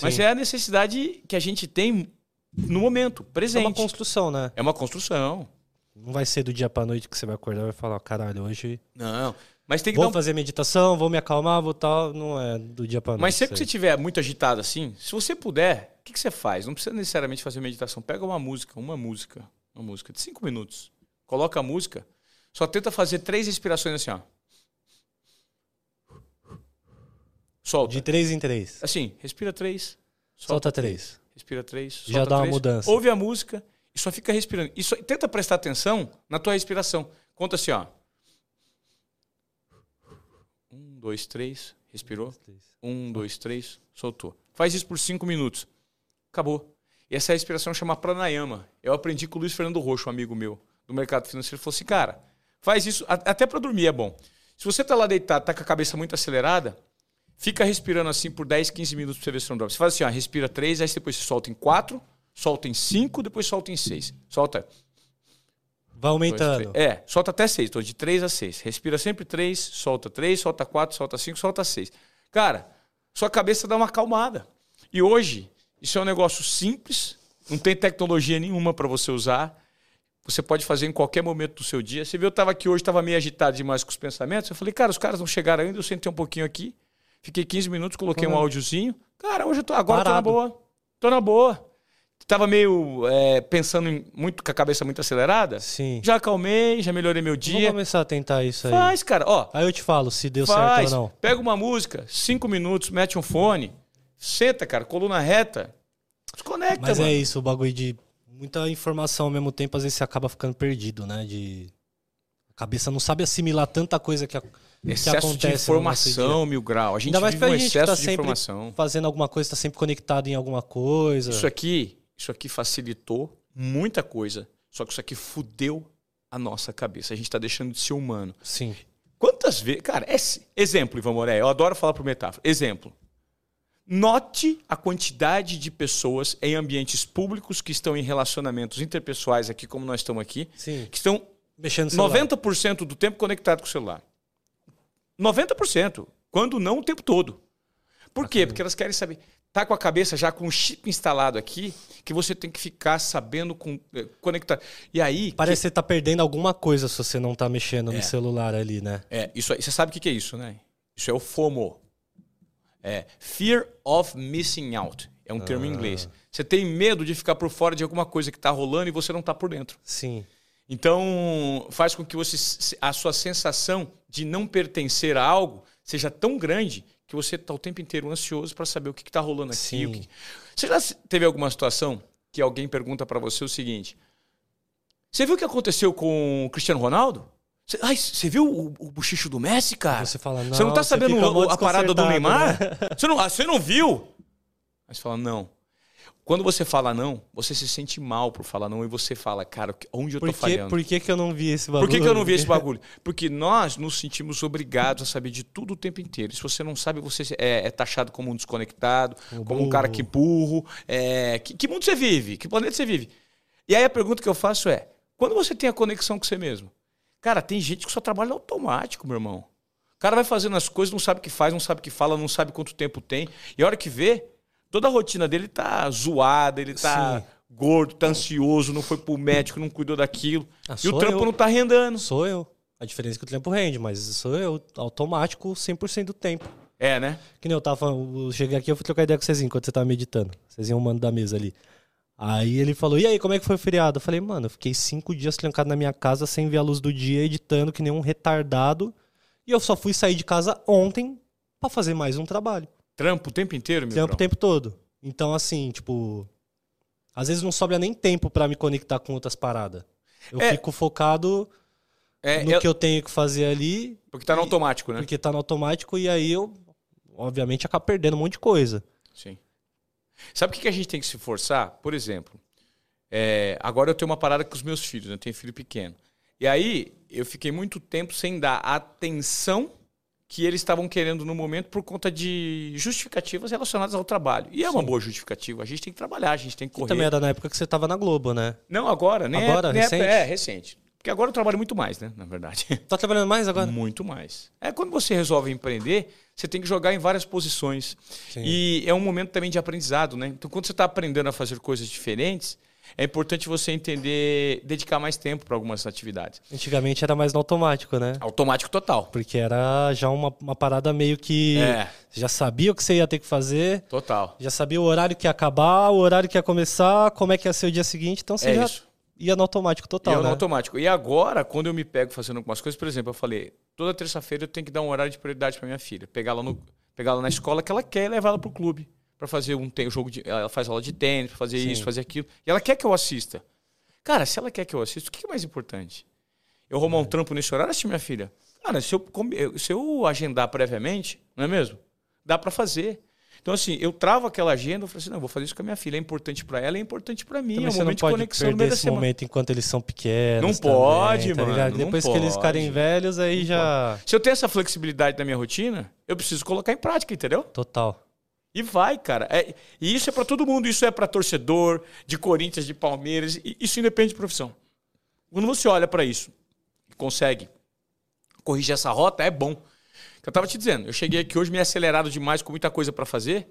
[SPEAKER 2] Mas
[SPEAKER 1] Sim.
[SPEAKER 2] é a necessidade que a gente tem no momento,
[SPEAKER 1] É uma
[SPEAKER 2] presente.
[SPEAKER 1] construção, né?
[SPEAKER 2] É uma construção.
[SPEAKER 1] Não vai ser do dia pra noite que você vai acordar e vai falar, caralho, hoje
[SPEAKER 2] Não. Mas tem que
[SPEAKER 1] vou
[SPEAKER 2] dar um
[SPEAKER 1] fazer meditação, vou me acalmar, vou tal. Não é do dia pra noite.
[SPEAKER 2] Mas sempre que
[SPEAKER 1] isso
[SPEAKER 2] você estiver muito agitado assim, se você puder, o que, que você faz? Não precisa necessariamente fazer meditação. Pega uma música, uma música, uma música de cinco minutos. Coloca a música. Só tenta fazer três respirações assim, ó.
[SPEAKER 1] aí.
[SPEAKER 2] Solta.
[SPEAKER 1] De três em três.
[SPEAKER 2] Assim, respira três. Solta,
[SPEAKER 1] Solta três.
[SPEAKER 2] respira três.
[SPEAKER 1] Já
[SPEAKER 2] solta
[SPEAKER 1] dá uma
[SPEAKER 2] três,
[SPEAKER 1] mudança.
[SPEAKER 2] Ouve a música e só fica respirando. E só- tenta prestar atenção na tua respiração. Conta assim, ó. Um, dois, três. Respirou. Um, dois, três, soltou. Faz isso por cinco minutos. Acabou. E essa respiração chama pranayama. Eu aprendi com o Luiz Fernando Roxo, um amigo meu, do mercado financeiro. Ele falou assim, cara, faz isso, a- até para dormir é bom. Se você tá lá deitado, tá com a cabeça muito acelerada, fica respirando assim por 10, 15 minutos pra você ver se não dorme. Você faz assim, ó, respira três, aí depois você solta em quatro, solta em cinco, depois solta em seis. Solta.
[SPEAKER 1] Vai aumentando.
[SPEAKER 2] É, solta até seis, tô de três a seis. Respira sempre três, solta três, solta quatro, solta cinco, solta seis. Cara, sua cabeça dá uma acalmada. E hoje, isso é um negócio simples, não tem tecnologia nenhuma para você usar. Você pode fazer em qualquer momento do seu dia. Você viu, eu estava aqui hoje, estava meio agitado demais com os pensamentos. Eu falei, cara, os caras não chegaram ainda, eu sentei um pouquinho aqui. Fiquei 15 minutos, coloquei um
[SPEAKER 1] Caramba.
[SPEAKER 2] áudiozinho. Cara, hoje eu tô, agora eu tô na
[SPEAKER 1] Parado.
[SPEAKER 2] boa. Tô na boa. Tava meio é, pensando em- muito com a cabeça muito acelerada.
[SPEAKER 1] Sim.
[SPEAKER 2] É. Já acalmei, já melhorei meu
[SPEAKER 1] Vamos
[SPEAKER 2] dia.
[SPEAKER 1] começar a tentar isso aí.
[SPEAKER 2] Faz, cara. Ó,
[SPEAKER 1] Aí eu te falo se deu
[SPEAKER 2] faz.
[SPEAKER 1] certo ou não.
[SPEAKER 2] Pega uma música, cinco minutos, mete um fone, senta, cara, coluna reta, desconecta,
[SPEAKER 1] Mas
[SPEAKER 2] mano.
[SPEAKER 1] é isso, o bagulho de muita informação ao mesmo tempo, às vezes você acaba ficando perdido, né? De... A cabeça não sabe assimilar tanta coisa que, a... que
[SPEAKER 2] excesso
[SPEAKER 1] acontece.
[SPEAKER 2] de
[SPEAKER 1] no nosso dia.
[SPEAKER 2] informação, mil grau. A gente
[SPEAKER 1] Ainda mais
[SPEAKER 2] vive
[SPEAKER 1] pra
[SPEAKER 2] um
[SPEAKER 1] gente que
[SPEAKER 2] excesso
[SPEAKER 1] tá
[SPEAKER 2] de
[SPEAKER 1] sempre-
[SPEAKER 2] informação.
[SPEAKER 1] Fazendo alguma coisa, tá sempre conectado em alguma coisa.
[SPEAKER 2] Isso é aqui, isso aqui facilitou muita coisa, só que isso aqui fudeu a nossa cabeça. A gente tá deixando de ser humano.
[SPEAKER 1] Sim.
[SPEAKER 2] Quantas vezes. Cara, esse exemplo, Ivan Moré, eu adoro falar por metáfora. Exemplo. Note a quantidade de pessoas em ambientes públicos que estão em relacionamentos interpessoais, aqui como nós estamos aqui,
[SPEAKER 1] Sim.
[SPEAKER 2] que estão
[SPEAKER 1] Mexendo no celular.
[SPEAKER 2] 90% do tempo conectado com o celular. 90%. Quando não, o tempo todo. Por quê? Porque elas querem saber. Tá com a cabeça já com um chip instalado aqui, que você tem que ficar sabendo com, eh, conectar. E aí.
[SPEAKER 1] Parece que você tá perdendo alguma coisa se você não tá mexendo no celular ali, né?
[SPEAKER 2] É, isso aí. Você sabe o que que é isso, né? Isso é o FOMO. É Fear of Missing Out. É um termo em inglês. Você tem medo de ficar por fora de alguma coisa que está rolando e você não está por dentro.
[SPEAKER 1] Sim.
[SPEAKER 2] Então, faz com que você, se- a sua sensação de não pertencer a algo seja tão grande que você está o tempo inteiro ansioso para saber o que está rolando aqui.
[SPEAKER 1] Sim.
[SPEAKER 2] O que... Você já se- teve alguma situação que alguém pergunta para você o seguinte: Você viu o que aconteceu com o Cristiano Ronaldo? Você, ai, você viu o, o bochicho do Messi, cara?
[SPEAKER 1] Você fala, não.
[SPEAKER 2] você não tá sabendo
[SPEAKER 1] fica mó
[SPEAKER 2] o- a parada do
[SPEAKER 1] desconcertado,
[SPEAKER 2] Neymar?
[SPEAKER 1] né?
[SPEAKER 2] Você, não, ah, você não viu? Aí você fala, não. Quando você fala não, você se sente mal por falar não e você fala, cara, onde eu
[SPEAKER 1] Por
[SPEAKER 2] tô
[SPEAKER 1] que,
[SPEAKER 2] falhando?
[SPEAKER 1] por que que eu não vi esse bagulho?
[SPEAKER 2] Por que, que eu não
[SPEAKER 1] <laughs>
[SPEAKER 2] vi esse bagulho? Porque nós nos sentimos obrigados a saber de tudo o tempo inteiro. E se você não sabe, você é, é taxado como um desconectado,
[SPEAKER 1] Um
[SPEAKER 2] como um cara
[SPEAKER 1] burro.
[SPEAKER 2] que burro. é, que, que mundo você vive? Que planeta você vive? E aí a pergunta que eu faço é: quando você tem a conexão com você mesmo? Cara, tem gente que só trabalha no automático, meu irmão. O cara vai fazendo as coisas, não sabe o que faz, não sabe o que fala, não sabe quanto tempo tem. E a hora que vê, toda a rotina dele tá zoada, ele tá
[SPEAKER 1] Sim.
[SPEAKER 2] gordo, tá ansioso, não foi pro médico, não cuidou daquilo.
[SPEAKER 1] Ah,
[SPEAKER 2] e o
[SPEAKER 1] sou
[SPEAKER 2] trampo
[SPEAKER 1] eu.
[SPEAKER 2] não tá rendando.
[SPEAKER 1] Sou eu. A diferença é que o tempo rende, mas sou eu automático 100% do tempo.
[SPEAKER 2] É, né?
[SPEAKER 1] Que nem eu tava falando, eu cheguei aqui, eu fui trocar ideia com o Cezinho enquanto você tava meditando. Cezinho é um mano da mesa ali. Aí ele falou, e aí, como é que foi o feriado? Eu falei, mano, eu fiquei cinco dias trancado na minha casa sem ver a luz do dia, editando que nem um retardado. E eu só fui sair de casa ontem pra fazer mais um trabalho.
[SPEAKER 2] Trampo o tempo inteiro, meu
[SPEAKER 1] Trampo o
[SPEAKER 2] brother.
[SPEAKER 1] tempo todo. Então, assim, tipo. Às vezes não sobra nem tempo pra me conectar com outras paradas. Eu
[SPEAKER 2] É.
[SPEAKER 1] fico focado
[SPEAKER 2] É,
[SPEAKER 1] no
[SPEAKER 2] é-
[SPEAKER 1] que eu tenho que fazer ali,
[SPEAKER 2] porque tá no automático, né?
[SPEAKER 1] porque tá no automático, e aí eu, obviamente, acabo perdendo um monte de coisa.
[SPEAKER 2] Sim. Sabe o que que a gente tem que se forçar? Por exemplo, é, agora eu tenho uma parada com os meus filhos, né? eu tenho filho pequeno. E aí eu fiquei muito tempo sem dar a atenção que eles estavam querendo no momento por conta de justificativas relacionadas ao trabalho. E é uma boa justificativa. A gente tem que trabalhar, a gente tem que
[SPEAKER 1] Que
[SPEAKER 2] correr.
[SPEAKER 1] também era na época que você tava na Globo, né?
[SPEAKER 2] Não, agora, né?
[SPEAKER 1] Agora,
[SPEAKER 2] né?
[SPEAKER 1] recente?
[SPEAKER 2] É, recente. Porque agora eu trabalho muito mais, né? Na verdade.
[SPEAKER 1] Tá trabalhando mais agora?
[SPEAKER 2] Muito mais. É quando você resolve empreender, você tem que jogar em várias posições.
[SPEAKER 1] Sim.
[SPEAKER 2] E é um momento também de aprendizado, né? Então, quando você está aprendendo a fazer coisas diferentes, é importante você entender, dedicar mais tempo para algumas atividades.
[SPEAKER 1] Antigamente era mais no automático, né?
[SPEAKER 2] Automático total.
[SPEAKER 1] Porque era já uma, uma parada meio que.
[SPEAKER 2] É.
[SPEAKER 1] Já sabia o que você ia ter que fazer,
[SPEAKER 2] Total.
[SPEAKER 1] já sabia o horário que ia acabar, o horário que ia começar, como é que ia ser o dia seguinte, então você
[SPEAKER 2] é
[SPEAKER 1] já
[SPEAKER 2] isso.
[SPEAKER 1] ia no automático
[SPEAKER 2] E
[SPEAKER 1] total.
[SPEAKER 2] é no
[SPEAKER 1] né?
[SPEAKER 2] automático. E agora, quando eu me pego fazendo algumas coisas, por exemplo, eu falei, toda terça-feira eu tenho que dar um horário de prioridade para minha filha, pegar ela, no, pegar ela na escola que ela quer e levar ela pro clube, para fazer um tem, jogo de, ela faz aula de tênis, pra fazer
[SPEAKER 1] Sim.
[SPEAKER 2] isso, fazer aquilo. E ela quer que eu assista. Cara, se ela quer que eu assista, o que que é mais importante? Eu arrumar
[SPEAKER 1] É.
[SPEAKER 2] um trampo nesse horário, assistir minha filha? Cara, se eu, com- eu- se eu agendar previamente, não é mesmo? Dá para fazer. Então, assim, eu travo aquela agenda, eu falo assim, não, eu vou fazer isso com a minha filha. É importante para ela, é importante para mim.
[SPEAKER 1] Também
[SPEAKER 2] é um
[SPEAKER 1] você não
[SPEAKER 2] momento de
[SPEAKER 1] pode
[SPEAKER 2] conexão no
[SPEAKER 1] perder
[SPEAKER 2] meio da
[SPEAKER 1] esse
[SPEAKER 2] semana.
[SPEAKER 1] momento enquanto eles são pequenos.
[SPEAKER 2] Não
[SPEAKER 1] também,
[SPEAKER 2] pode,
[SPEAKER 1] tá
[SPEAKER 2] mano,
[SPEAKER 1] ligado?
[SPEAKER 2] não
[SPEAKER 1] Depois que eles
[SPEAKER 2] pode.
[SPEAKER 1] ficarem velhos, aí já.
[SPEAKER 2] Se eu tenho essa flexibilidade na minha rotina, eu preciso colocar em prática, entendeu?
[SPEAKER 1] Total.
[SPEAKER 2] E vai, cara. É- e isso é pra todo mundo. Isso é pra torcedor, de Corinthians, de Palmeiras. e isso independe de profissão. Quando você olha pra isso e consegue corrigir essa rota, é bom. Que Eu tava te dizendo, eu cheguei aqui hoje meio acelerado demais, com muita coisa pra fazer.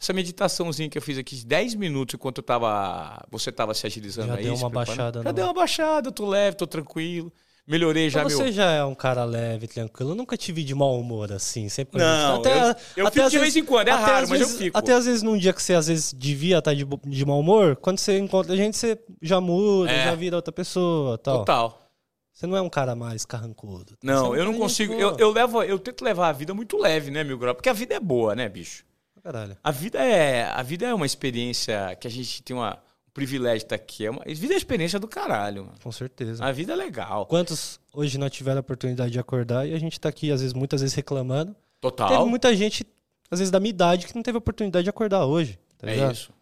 [SPEAKER 2] Essa meditaçãozinha que eu fiz aqui de 10 minutos enquanto eu tava, você tava se agilizando
[SPEAKER 1] Já
[SPEAKER 2] aí.
[SPEAKER 1] deu
[SPEAKER 2] se
[SPEAKER 1] uma
[SPEAKER 2] preparando.
[SPEAKER 1] baixada,
[SPEAKER 2] Já
[SPEAKER 1] não?
[SPEAKER 2] deu uma baixada, eu tô leve, tô tranquilo. Melhorei já
[SPEAKER 1] Então
[SPEAKER 2] meu.
[SPEAKER 1] você já é um cara leve, tranquilo. Eu nunca te vi de mau humor assim. Sempre
[SPEAKER 2] Não, eu- eu fico
[SPEAKER 1] às
[SPEAKER 2] de vez em quando, é
[SPEAKER 1] até
[SPEAKER 2] raro,
[SPEAKER 1] às
[SPEAKER 2] mas eu
[SPEAKER 1] vezes-
[SPEAKER 2] fico.
[SPEAKER 1] Até às vezes num dia que você às vezes devia estar de, bo- de mau humor, quando você encontra a gente, você já muda,
[SPEAKER 2] É.
[SPEAKER 1] já vira outra pessoa tal.
[SPEAKER 2] Total.
[SPEAKER 1] Você não é um cara mais carrancudo. tá?
[SPEAKER 2] Não,
[SPEAKER 1] Você é
[SPEAKER 2] eu não
[SPEAKER 1] tem
[SPEAKER 2] consigo.
[SPEAKER 1] gente
[SPEAKER 2] Eu,
[SPEAKER 1] boa.
[SPEAKER 2] eu levo, eu tento levar a vida muito leve, né, meu grau? Porque a vida é boa, né, bicho?
[SPEAKER 1] Caralho.
[SPEAKER 2] A vida é, a vida é uma experiência que a gente tem uma, um privilégio de estar aqui. É uma, a vida é experiência do caralho, mano.
[SPEAKER 1] Com certeza.
[SPEAKER 2] A vida é legal.
[SPEAKER 1] Quantos hoje não tiveram a oportunidade de acordar e a gente tá aqui, às vezes, muitas vezes reclamando. Teve
[SPEAKER 2] Total.
[SPEAKER 1] muita gente, às vezes, da minha idade, que não teve a oportunidade de acordar hoje. Tá
[SPEAKER 2] é
[SPEAKER 1] ligado? É
[SPEAKER 2] isso.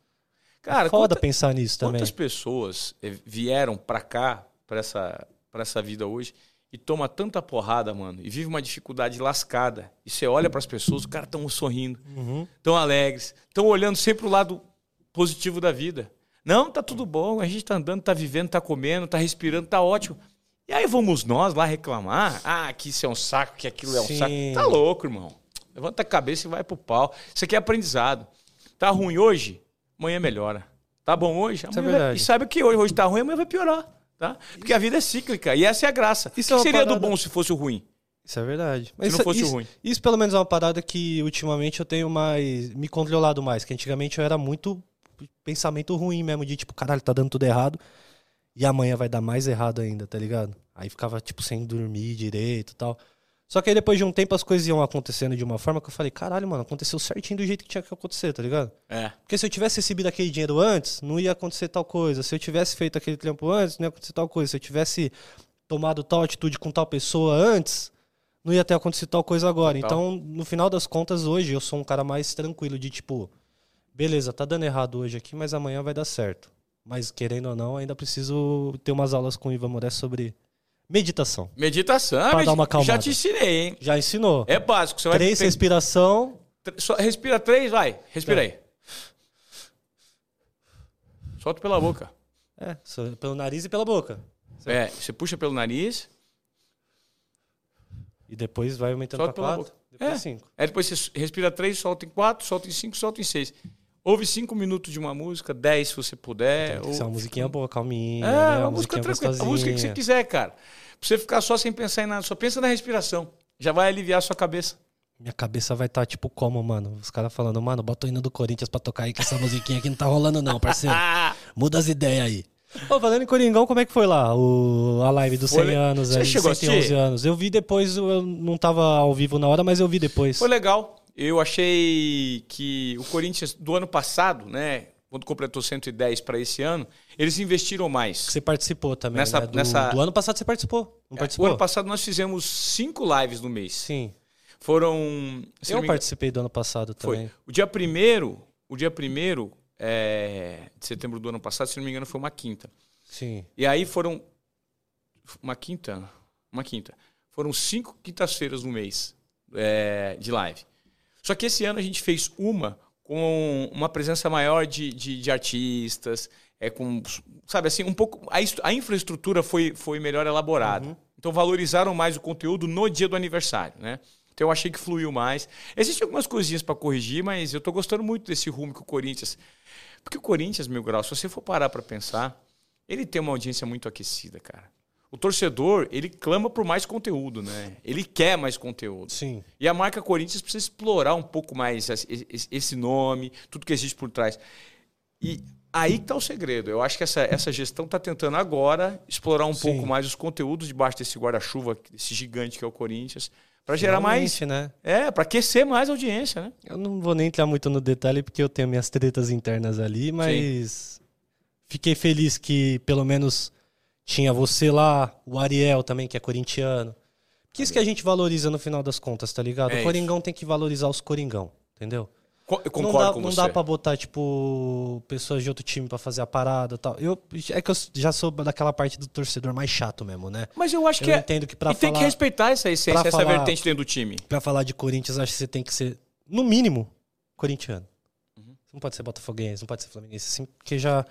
[SPEAKER 2] Cara,
[SPEAKER 1] Foda
[SPEAKER 2] quanta-
[SPEAKER 1] pensar nisso também.
[SPEAKER 2] quantas pessoas eh, vieram pra cá, pra essa, pra essa vida hoje, e toma tanta porrada, mano, e vive uma dificuldade lascada. E você olha pras pessoas, os caras tão sorrindo.
[SPEAKER 1] Uhum.
[SPEAKER 2] tão alegres, estão olhando sempre o lado positivo da vida. Não, tá tudo bom, a gente tá andando, tá vivendo, tá comendo, tá respirando, tá ótimo. E aí vamos nós lá reclamar? Ah, que isso é um saco, que aquilo é um
[SPEAKER 1] Sim.
[SPEAKER 2] saco. Tá louco, irmão. Levanta a cabeça e vai pro pau. Isso aqui é aprendizado. Tá ruim hoje? Amanhã melhora. Tá bom
[SPEAKER 1] Isso
[SPEAKER 2] hoje?
[SPEAKER 1] é
[SPEAKER 2] Amanhã vai-
[SPEAKER 1] verdade.
[SPEAKER 2] E saiba que hoje, hoje tá ruim, amanhã vai piorar. Tá? Porque a vida é cíclica e essa é a graça.
[SPEAKER 1] Isso é
[SPEAKER 2] o que
[SPEAKER 1] uma
[SPEAKER 2] seria do
[SPEAKER 1] parada-
[SPEAKER 2] bom se fosse o ruim?
[SPEAKER 1] Isso é verdade.
[SPEAKER 2] Se não
[SPEAKER 1] isso,
[SPEAKER 2] fosse o
[SPEAKER 1] isso-
[SPEAKER 2] ruim.
[SPEAKER 1] Isso pelo menos é uma parada que ultimamente eu tenho mais. me controlado mais. Que antigamente eu era muito pensamento ruim mesmo, de tipo, caralho, tá dando tudo errado. E amanhã vai dar mais errado ainda, tá ligado? Aí ficava, tipo, sem dormir direito e tal. Só que aí depois de um tempo as coisas iam acontecendo de uma forma que eu falei, caralho, mano, aconteceu certinho do jeito que tinha que acontecer, tá ligado?
[SPEAKER 2] É.
[SPEAKER 1] Porque se eu tivesse recebido aquele dinheiro antes, não ia acontecer tal coisa. Se eu tivesse feito aquele trampo antes, não ia acontecer tal coisa. Se eu tivesse tomado tal atitude com tal pessoa antes, não ia ter acontecido tal coisa agora.
[SPEAKER 2] Total.
[SPEAKER 1] Então, no final das contas, hoje eu sou um cara mais tranquilo de tipo, beleza, tá dando errado hoje aqui, mas amanhã vai dar certo. Mas querendo ou não, ainda preciso ter umas aulas com o Ivan Moré sobre meditação.
[SPEAKER 2] Meditação,
[SPEAKER 1] Pra dar uma
[SPEAKER 2] medita- já
[SPEAKER 1] acalmada.
[SPEAKER 2] te ensinei, hein?
[SPEAKER 1] Já ensinou.
[SPEAKER 2] É básico. Você vai
[SPEAKER 1] Três,
[SPEAKER 2] pe-
[SPEAKER 1] respiração.
[SPEAKER 2] Tre- só- respira três, vai.
[SPEAKER 1] Tá.
[SPEAKER 2] Respira aí. Solta pela boca.
[SPEAKER 1] É, só pelo nariz e pela boca.
[SPEAKER 2] É, você puxa pelo nariz,
[SPEAKER 1] E depois vai aumentando
[SPEAKER 2] solta
[SPEAKER 1] pra
[SPEAKER 2] pela
[SPEAKER 1] quatro.
[SPEAKER 2] boca.
[SPEAKER 1] Depois
[SPEAKER 2] é.
[SPEAKER 1] cinco.
[SPEAKER 2] Aí depois você su- respira três, solta em quatro, solta em cinco, solta em seis. Ouve cinco minutos de uma música, dez se você puder.
[SPEAKER 1] Tem que
[SPEAKER 2] ou-
[SPEAKER 1] ser uma musiquinha boa, calminha.
[SPEAKER 2] É,
[SPEAKER 1] né?
[SPEAKER 2] uma, música
[SPEAKER 1] musiquinha
[SPEAKER 2] tranquila. A
[SPEAKER 1] gostosinha.
[SPEAKER 2] música que você quiser, cara. Pra você ficar só sem pensar em nada, só pensa na respiração. Já vai aliviar a sua cabeça.
[SPEAKER 1] Minha cabeça vai estar tipo como, mano? Os caras falando, mano, bota o hino do Corinthians pra tocar aí, que essa musiquinha aqui não tá rolando, não, <laughs> parceiro.
[SPEAKER 2] Ah!
[SPEAKER 1] Muda as ideias aí. Ô, falando em Coringão, como é que foi lá? O, a live dos
[SPEAKER 2] Foi
[SPEAKER 1] 100
[SPEAKER 2] le-
[SPEAKER 1] anos, é,
[SPEAKER 2] Você
[SPEAKER 1] aí,
[SPEAKER 2] chegou a
[SPEAKER 1] 111
[SPEAKER 2] assistir?
[SPEAKER 1] anos. Eu vi depois, eu não tava ao vivo na hora, mas eu vi depois.
[SPEAKER 2] Foi legal. Eu achei que o Corinthians do ano passado, né, quando completou 110 para esse ano, eles investiram mais.
[SPEAKER 1] Você participou também,
[SPEAKER 2] Nessa-
[SPEAKER 1] né? Do,
[SPEAKER 2] nessa-
[SPEAKER 1] do ano passado você participou. Não
[SPEAKER 2] É, O
[SPEAKER 1] participou?
[SPEAKER 2] ano passado nós fizemos cinco lives no mês.
[SPEAKER 1] Sim.
[SPEAKER 2] Foram. se não
[SPEAKER 1] eu
[SPEAKER 2] me engano,
[SPEAKER 1] participei do ano passado também.
[SPEAKER 2] Foi. O dia primeiro, o dia primeiro é, de setembro do ano passado, se não me engano, foi uma quinta.
[SPEAKER 1] Sim.
[SPEAKER 2] E aí foram uma quinta, uma quinta. Foram cinco quintas-feiras no mês é, de live. Só que esse ano a gente fez uma com uma presença maior de, de, de artistas, é com sabe assim um pouco a, est- a infraestrutura foi, foi melhor elaborada. Então valorizaram mais o conteúdo no dia do aniversário, né? Então eu achei que fluiu mais. Existem algumas coisinhas para corrigir, mas eu tô gostando muito desse rumo que o Corinthians porque o Corinthians, meu grau, se você for parar para pensar, ele tem uma audiência muito aquecida, cara. O torcedor, ele clama por mais conteúdo, né? Ele quer mais conteúdo.
[SPEAKER 1] Sim.
[SPEAKER 2] E a marca Corinthians precisa explorar um pouco mais es- es- esse nome, tudo que existe por trás. E aí que tá o segredo. Eu acho que essa, essa gestão está tentando agora explorar um
[SPEAKER 1] Sim.
[SPEAKER 2] pouco mais os conteúdos debaixo desse guarda-chuva, desse gigante que é o Corinthians, para gerar mais.
[SPEAKER 1] Realmente, né?
[SPEAKER 2] É, para aquecer mais a audiência, né?
[SPEAKER 1] Eu não vou nem entrar muito no detalhe porque eu tenho minhas tretas internas ali, mas fiquei feliz que pelo menos tinha você lá, o Ariel também, que é corintiano. Que isso que a gente valoriza no final das contas, tá ligado?
[SPEAKER 2] É
[SPEAKER 1] o
[SPEAKER 2] isso.
[SPEAKER 1] Coringão tem que valorizar os Coringão, entendeu?
[SPEAKER 2] Co- Eu
[SPEAKER 1] não
[SPEAKER 2] concordo
[SPEAKER 1] dá,
[SPEAKER 2] com
[SPEAKER 1] não
[SPEAKER 2] você.
[SPEAKER 1] dá pra botar, tipo, pessoas de outro time pra fazer a parada e tal. Eu, é que eu já sou daquela parte do torcedor mais chato mesmo, né?
[SPEAKER 2] Mas eu acho
[SPEAKER 1] Eu
[SPEAKER 2] que é,
[SPEAKER 1] entendo que pra
[SPEAKER 2] e tem que
[SPEAKER 1] falar-
[SPEAKER 2] respeitar essa essência,
[SPEAKER 1] pra
[SPEAKER 2] essa
[SPEAKER 1] falar-
[SPEAKER 2] vertente dentro do time.
[SPEAKER 1] Pra falar de Corinthians, acho que você tem que ser, no mínimo, corintiano. Você não pode ser botafoguense, não pode ser flamenguense, assim, porque já.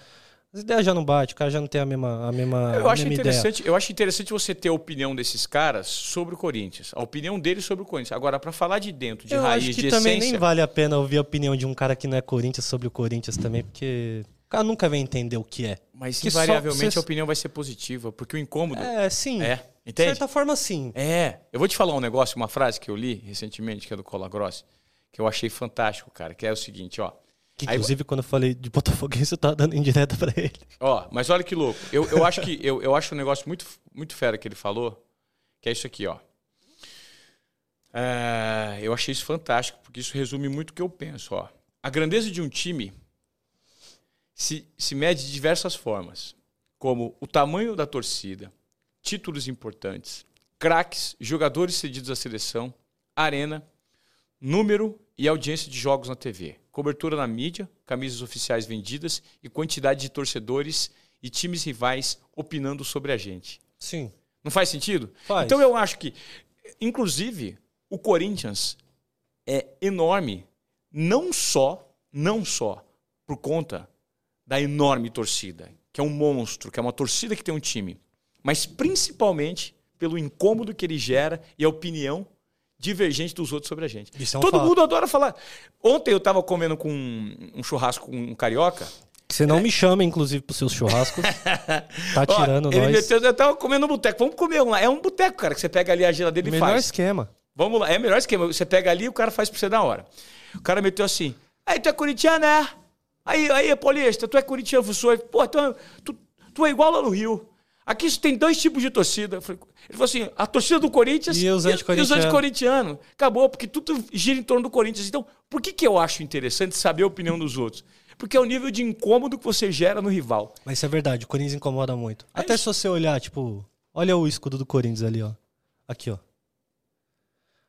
[SPEAKER 1] As ideias já não batem, o cara já não tem a mesma, a mesma,
[SPEAKER 2] Eu
[SPEAKER 1] a
[SPEAKER 2] acho,
[SPEAKER 1] mesma ideia.
[SPEAKER 2] interessante, eu acho interessante você ter a opinião desses caras sobre o Corinthians. A opinião deles sobre o Corinthians. Agora, pra falar de dentro, de
[SPEAKER 1] eu
[SPEAKER 2] raiz,
[SPEAKER 1] acho que
[SPEAKER 2] de
[SPEAKER 1] também
[SPEAKER 2] essência...
[SPEAKER 1] nem vale a pena ouvir a opinião de um cara que não é Corinthians sobre o Corinthians também, porque o cara nunca vai entender o que é.
[SPEAKER 2] Mas
[SPEAKER 1] Que só
[SPEAKER 2] invariavelmente
[SPEAKER 1] você-
[SPEAKER 2] a opinião vai ser positiva, porque o incômodo... É.
[SPEAKER 1] É, sim. De
[SPEAKER 2] entende?
[SPEAKER 1] certa forma, sim.
[SPEAKER 2] É. Eu vou te falar um negócio, uma frase que eu li recentemente, que é do Colagrossi, que eu achei fantástico, cara, que é o seguinte, ó.
[SPEAKER 1] Que,
[SPEAKER 2] Aí-
[SPEAKER 1] inclusive, quando eu falei de Botafoguense, eu tava dando indireta pra ele.
[SPEAKER 2] Ó, mas olha que louco. Eu, eu acho que eu, eu acho um negócio muito, muito fera que ele falou, que é isso aqui, ó. É, eu achei isso fantástico, porque isso resume muito o que eu penso, ó. A grandeza de um time se, se mede de diversas formas, como o tamanho da torcida, títulos importantes, craques, jogadores cedidos à seleção, arena, número e audiência de jogos na TV, cobertura na mídia, camisas oficiais vendidas e quantidade de torcedores e times rivais opinando sobre a gente.
[SPEAKER 1] Sim.
[SPEAKER 2] Não faz sentido?
[SPEAKER 1] Faz.
[SPEAKER 2] Então eu acho que, inclusive, o Corinthians é enorme, não só, não só por conta da enorme torcida, que é um monstro, que é uma torcida que tem um time, mas principalmente pelo incômodo que ele gera e a opinião divergente dos outros sobre a gente.
[SPEAKER 1] Isso é um
[SPEAKER 2] Todo
[SPEAKER 1] fato.
[SPEAKER 2] mundo adora falar. Ontem eu estava comendo com um, um churrasco com um carioca.
[SPEAKER 1] Você não me chama, inclusive, pros seus
[SPEAKER 2] <laughs>
[SPEAKER 1] churrascos. tá
[SPEAKER 2] É. Ó,
[SPEAKER 1] tirando
[SPEAKER 2] ele
[SPEAKER 1] nós.
[SPEAKER 2] meteu, eu tava comendo no boteco. Vamos comer um lá. É um boteco, cara, que você pega ali a geladeira e
[SPEAKER 1] Melhor
[SPEAKER 2] faz.
[SPEAKER 1] esquema.
[SPEAKER 2] Vamos lá, é o melhor esquema. Você pega ali e o cara faz pra você na hora. O cara meteu assim, aí tu é corintiano, é? Aí, aí, Paulista, tu é corintiano, eu sou. Ele, Pô, tu, é- tu, tu é igual lá no Rio. Aqui só tem dois tipos de torcida. Eu falei, Ele falou assim, a torcida do Corinthians
[SPEAKER 1] E os
[SPEAKER 2] os
[SPEAKER 1] anticorintianos.
[SPEAKER 2] anticorintianos. Acabou, porque tudo gira em torno do Corinthians. Então, por que, que eu acho interessante saber a opinião dos outros? Porque é o nível de incômodo que você gera no rival.
[SPEAKER 1] Mas isso é verdade, o Corinthians incomoda muito.
[SPEAKER 2] É
[SPEAKER 1] Até
[SPEAKER 2] isso.
[SPEAKER 1] se você olhar, tipo, olha o escudo do Corinthians ali, ó. Aqui, ó.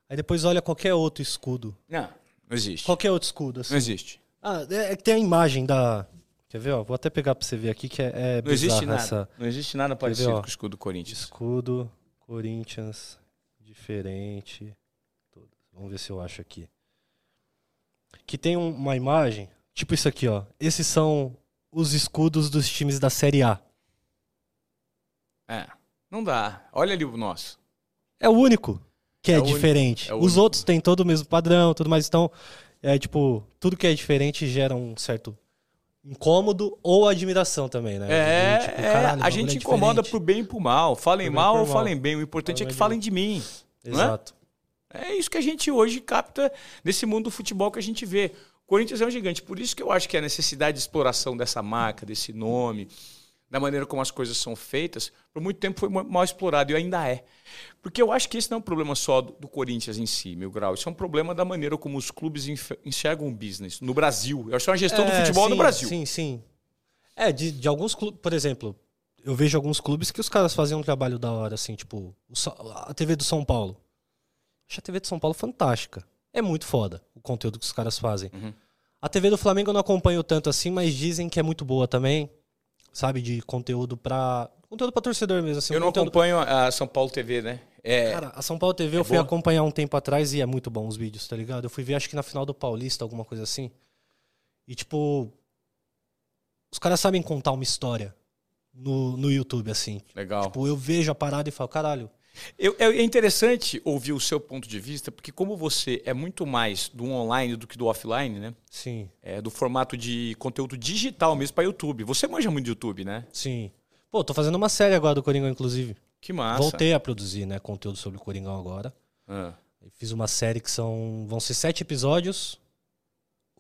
[SPEAKER 1] Aí depois olha qualquer outro escudo.
[SPEAKER 2] Não, não existe.
[SPEAKER 1] Qualquer outro escudo, assim.
[SPEAKER 2] Não existe.
[SPEAKER 1] Ah, é, é que tem a imagem da. Quer ver, ó? Vou até pegar pra você ver aqui que é, é
[SPEAKER 2] Não existe
[SPEAKER 1] bizarra
[SPEAKER 2] nada.
[SPEAKER 1] essa.
[SPEAKER 2] Não existe nada parecido
[SPEAKER 1] ó?
[SPEAKER 2] com o escudo do Corinthians.
[SPEAKER 1] Escudo, Corinthians, diferente. Todos. Vamos ver se eu acho aqui. Que tem um- uma imagem, tipo isso aqui, ó. Esses são os escudos dos times da Série A.
[SPEAKER 2] É. Não dá. Olha ali o nosso.
[SPEAKER 1] É o único que é,
[SPEAKER 2] É o
[SPEAKER 1] diferente.
[SPEAKER 2] único, é o
[SPEAKER 1] Os
[SPEAKER 2] único.
[SPEAKER 1] outros têm todo o mesmo padrão, tudo mais. Então, é tipo, tudo que é diferente gera um certo incômodo ou admiração também, né?
[SPEAKER 2] É,
[SPEAKER 1] De, tipo,
[SPEAKER 2] é,
[SPEAKER 1] caralho, o
[SPEAKER 2] a
[SPEAKER 1] bagulho
[SPEAKER 2] gente
[SPEAKER 1] é
[SPEAKER 2] incomoda pro
[SPEAKER 1] diferente.
[SPEAKER 2] bem e pro mal. Falem
[SPEAKER 1] Pro bem
[SPEAKER 2] mal
[SPEAKER 1] e
[SPEAKER 2] ou
[SPEAKER 1] pro mal.
[SPEAKER 2] falem bem. O importante
[SPEAKER 1] Falem
[SPEAKER 2] é que
[SPEAKER 1] de
[SPEAKER 2] falem de mim. não é?
[SPEAKER 1] Exato.
[SPEAKER 2] É isso que a gente hoje capta nesse mundo do futebol que a gente vê. O Corinthians é um gigante. Por isso que eu acho que a necessidade de exploração dessa marca, desse nome, da maneira como as coisas são feitas, por muito tempo foi mal explorado e ainda é. Porque eu acho que esse não é um problema só do, do Corinthians em si, meu grau. Isso é um problema da maneira como os clubes enxergam o business no Brasil. Eu acho que é uma gestão do futebol
[SPEAKER 1] sim,
[SPEAKER 2] no Brasil.
[SPEAKER 1] Sim, sim. É, de, de alguns clubes, por exemplo, eu vejo alguns clubes que os caras faziam um trabalho da hora, assim, tipo, o Sa- a TV do São Paulo. Acho a TV do São Paulo fantástica. É muito foda o conteúdo que os caras fazem.
[SPEAKER 2] Uhum.
[SPEAKER 1] A TV do Flamengo eu não acompanho tanto assim, mas dizem que é muito boa também. Sabe, de conteúdo pra. Conteúdo pra torcedor mesmo, assim.
[SPEAKER 2] Eu não
[SPEAKER 1] conteúdo-
[SPEAKER 2] acompanho a São Paulo TV, né? É,
[SPEAKER 1] Cara, a São Paulo TV eu fui
[SPEAKER 2] boa?
[SPEAKER 1] acompanhar um tempo atrás e é muito bom os vídeos, tá ligado? Eu fui ver, acho que na final do Paulista, alguma coisa assim. E, tipo, os caras sabem contar uma história no, no YouTube, assim.
[SPEAKER 2] legal.
[SPEAKER 1] Tipo, eu vejo a parada e falo, caralho.
[SPEAKER 2] Eu- é é interessante ouvir o seu ponto de vista, porque como você é muito mais do online do que do offline, né?
[SPEAKER 1] Sim,
[SPEAKER 2] É do formato de conteúdo digital mesmo para YouTube. Você manja muito de YouTube, né?
[SPEAKER 1] sim. Pô, tô fazendo uma série agora do Coringão, inclusive.
[SPEAKER 2] Que massa.
[SPEAKER 1] Voltei a produzir, né, conteúdo sobre o Coringão agora.
[SPEAKER 2] Ah,
[SPEAKER 1] Fiz uma série que são. Vão ser sete episódios.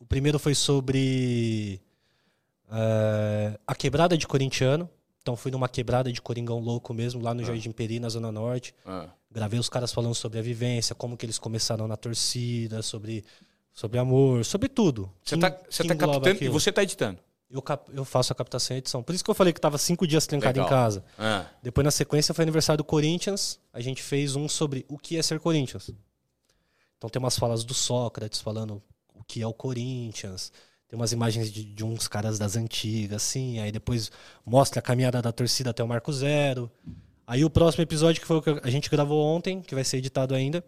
[SPEAKER 1] O primeiro foi sobre. eh, a quebrada de corintiano. Então fui numa quebrada de Coringão louco mesmo, lá no Jardim Peri, na Zona Norte.
[SPEAKER 2] ah.
[SPEAKER 1] Gravei os caras falando sobre a vivência, como que eles começaram na torcida, sobre, sobre amor, sobre tudo.
[SPEAKER 2] Você
[SPEAKER 1] Que-
[SPEAKER 2] está
[SPEAKER 1] que
[SPEAKER 2] tá
[SPEAKER 1] engloba
[SPEAKER 2] captando e
[SPEAKER 1] aquilo.
[SPEAKER 2] você está editando.
[SPEAKER 1] Eu, cap- eu faço a captação e edição. Por isso que eu falei que tava cinco dias trancado
[SPEAKER 2] Legal.
[SPEAKER 1] em casa.
[SPEAKER 2] Ah,
[SPEAKER 1] Depois, na sequência, foi aniversário do Corinthians. A gente fez um sobre o que é ser Corinthians. Então, tem umas falas do Sócrates falando o que é o Corinthians. Tem umas imagens de, de uns caras das antigas, assim. Aí depois mostra a caminhada da torcida até o Marco Zero. Aí o próximo episódio, que foi o que a gente gravou ontem, que vai ser editado ainda.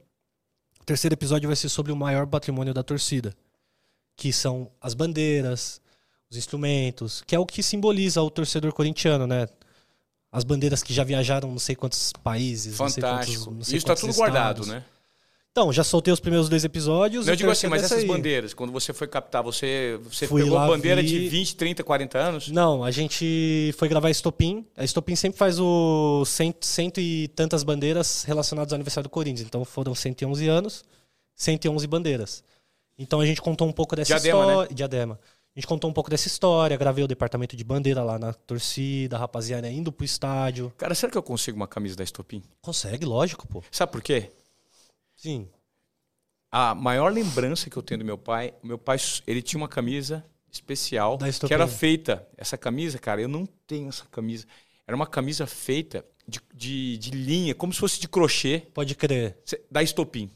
[SPEAKER 1] O terceiro episódio vai ser sobre o maior patrimônio da torcida. Que são as bandeiras, os instrumentos, que é o que simboliza o torcedor corintiano, né? As bandeiras que já viajaram não sei quantos países, não sei
[SPEAKER 2] fantástico.
[SPEAKER 1] quantos, não sei
[SPEAKER 2] Isso está
[SPEAKER 1] quantos
[SPEAKER 2] tudo
[SPEAKER 1] estados.
[SPEAKER 2] guardado, né?
[SPEAKER 1] Então, já soltei os primeiros dois episódios.
[SPEAKER 2] Não,
[SPEAKER 1] o
[SPEAKER 2] eu digo assim,
[SPEAKER 1] terceiro é
[SPEAKER 2] mas
[SPEAKER 1] vai sair.
[SPEAKER 2] essas bandeiras, quando você foi captar, você, você
[SPEAKER 1] Fui
[SPEAKER 2] pegou
[SPEAKER 1] lá,
[SPEAKER 2] bandeira
[SPEAKER 1] vi.
[SPEAKER 2] de 20, 30, 40 anos?
[SPEAKER 1] Não, a gente foi gravar Estopim. A Estopim sempre faz o cento, cento e tantas bandeiras relacionadas ao aniversário do Corinthians. Então foram 111 anos, 111 bandeiras. Então a gente contou um pouco dessa
[SPEAKER 2] Diadema, né?
[SPEAKER 1] história. Diadema. A gente contou um pouco dessa história, gravei o departamento de bandeira lá na torcida, a rapaziada indo pro estádio.
[SPEAKER 2] Cara, será que eu consigo uma camisa da Estopim?
[SPEAKER 1] Consegue, lógico, pô.
[SPEAKER 2] Sabe por quê?
[SPEAKER 1] Sim.
[SPEAKER 2] A maior lembrança que eu tenho do meu pai, o meu pai, ele tinha uma camisa especial
[SPEAKER 1] Da
[SPEAKER 2] que
[SPEAKER 1] Estopim.
[SPEAKER 2] era feita. Essa camisa, cara, eu não tenho essa camisa. Era uma camisa feita de, de, de linha, como se fosse de crochê
[SPEAKER 1] Pode crer.
[SPEAKER 2] cê- da Estopim.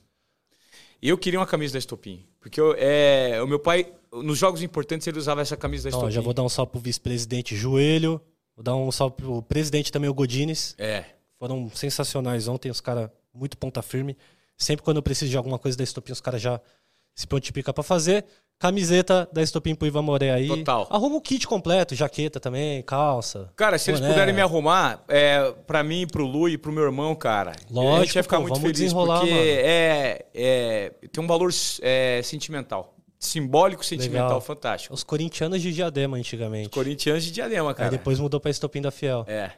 [SPEAKER 2] E eu queria uma camisa da Estopim, porque eu- é, o meu pai, nos jogos importantes, ele usava essa camisa da
[SPEAKER 1] Então, ó,
[SPEAKER 2] Estopim.
[SPEAKER 1] já vou dar um salve pro vice-presidente Joelho. Vou dar um salve pro presidente também, o Godines.
[SPEAKER 2] É,
[SPEAKER 1] foram sensacionais ontem, os caras muito ponta firme. Sempre quando eu preciso de alguma coisa da Estopim, os caras já se pontifica pra fazer. Camiseta da Estopim pro Ivan Moré aí.
[SPEAKER 2] Total.
[SPEAKER 1] Arruma o kit completo, jaqueta também, calça.
[SPEAKER 2] Cara, se eles
[SPEAKER 1] Boné.
[SPEAKER 2] puderem me arrumar, é, pra mim, pro Lu e pro meu irmão, cara, a gente
[SPEAKER 1] Lógico,
[SPEAKER 2] vai ficar
[SPEAKER 1] pô,
[SPEAKER 2] muito
[SPEAKER 1] vamos
[SPEAKER 2] feliz,
[SPEAKER 1] desenrolar,
[SPEAKER 2] porque
[SPEAKER 1] mano.
[SPEAKER 2] é, é- tem um valor é, sentimental. Simbólico, sentimental,
[SPEAKER 1] Legal.
[SPEAKER 2] fantástico.
[SPEAKER 1] Os corintianos de diadema antigamente.
[SPEAKER 2] Corintianos de diadema,
[SPEAKER 1] Aí
[SPEAKER 2] cara.
[SPEAKER 1] depois mudou pra Estopim da Fiel.
[SPEAKER 2] É.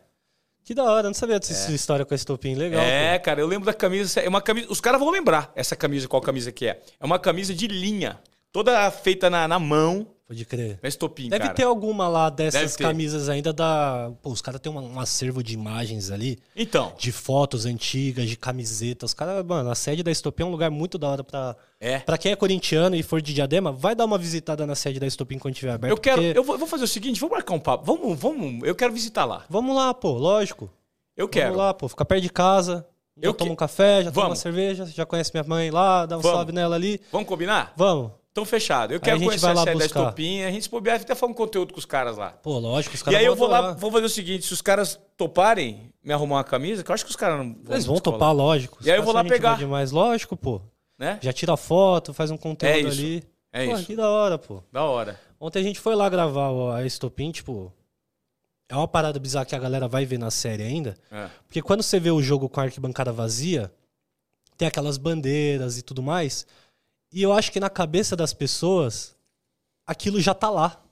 [SPEAKER 1] Que da hora, não sabia dessa história com a Estopim. Legal. pô.
[SPEAKER 2] É, cara, eu lembro da camisa. É uma camisa. Os caras vão lembrar essa camisa, qual camisa que é. É uma camisa de linha. Toda feita na, na mão,
[SPEAKER 1] Pode crer.
[SPEAKER 2] na estopim,
[SPEAKER 1] Deve
[SPEAKER 2] cara.
[SPEAKER 1] ter um alguma lá dessas
[SPEAKER 2] Deve ter.
[SPEAKER 1] camisas ainda da. Pô, os caras têm uma- um acervo de imagens ali.
[SPEAKER 2] Então,
[SPEAKER 1] de fotos antigas, de camisetas. Os caras, mano, a sede da Estopim é um lugar muito da hora pra.
[SPEAKER 2] é.
[SPEAKER 1] Pra quem é corintiano e for de diadema, vai dar uma visitada na sede da Estopim quando tiver aberto.
[SPEAKER 2] Eu quero.
[SPEAKER 1] é porque-
[SPEAKER 2] Eu vou, vou fazer o seguinte, vou marcar um papo. Vamos, vamos. Eu quero visitar lá.
[SPEAKER 1] Vamos lá, pô, lógico.
[SPEAKER 2] Eu quero.
[SPEAKER 1] Vamos lá, pô, fica perto de casa. Já
[SPEAKER 2] Eu
[SPEAKER 1] toma
[SPEAKER 2] que-
[SPEAKER 1] um café, já toma uma
[SPEAKER 2] Vamos.
[SPEAKER 1] cerveja, já conhece minha mãe lá, dá um
[SPEAKER 2] Vamos.
[SPEAKER 1] salve nela ali.
[SPEAKER 2] Vamos combinar?
[SPEAKER 1] Vamos.
[SPEAKER 2] Então, fechado. Eu
[SPEAKER 1] Aí
[SPEAKER 2] quero
[SPEAKER 1] a gente
[SPEAKER 2] conhecer
[SPEAKER 1] vai
[SPEAKER 2] a
[SPEAKER 1] lá
[SPEAKER 2] série da
[SPEAKER 1] buscar.
[SPEAKER 2] Estopinha. A gente, se bobear, até falar um conteúdo com os caras lá.
[SPEAKER 1] Pô, lógico, os
[SPEAKER 2] e
[SPEAKER 1] caras
[SPEAKER 2] aí
[SPEAKER 1] vão
[SPEAKER 2] eu vou lá,
[SPEAKER 1] adorar.
[SPEAKER 2] vou fazer o seguinte: se os caras toparem me arrumar uma camisa, que eu acho que os caras não
[SPEAKER 1] Eles vão
[SPEAKER 2] descolar,
[SPEAKER 1] topar, lógico. Os
[SPEAKER 2] E aí eu
[SPEAKER 1] caras
[SPEAKER 2] vou
[SPEAKER 1] são
[SPEAKER 2] lá
[SPEAKER 1] gente boa
[SPEAKER 2] pegar.
[SPEAKER 1] Demais. Lógico, pô.
[SPEAKER 2] Né?
[SPEAKER 1] Já tira foto, faz um conteúdo
[SPEAKER 2] É isso.
[SPEAKER 1] ali.
[SPEAKER 2] É
[SPEAKER 1] pô,
[SPEAKER 2] isso.
[SPEAKER 1] que da hora, pô.
[SPEAKER 2] Da hora.
[SPEAKER 1] Ontem a gente foi lá gravar o- a Estopim, tipo. É uma parada bizarra que a galera vai ver na série ainda.
[SPEAKER 2] É.
[SPEAKER 1] Porque quando você vê o jogo com a arquibancada vazia, tem aquelas bandeiras e tudo mais. E eu acho que na cabeça das pessoas, aquilo já tá lá.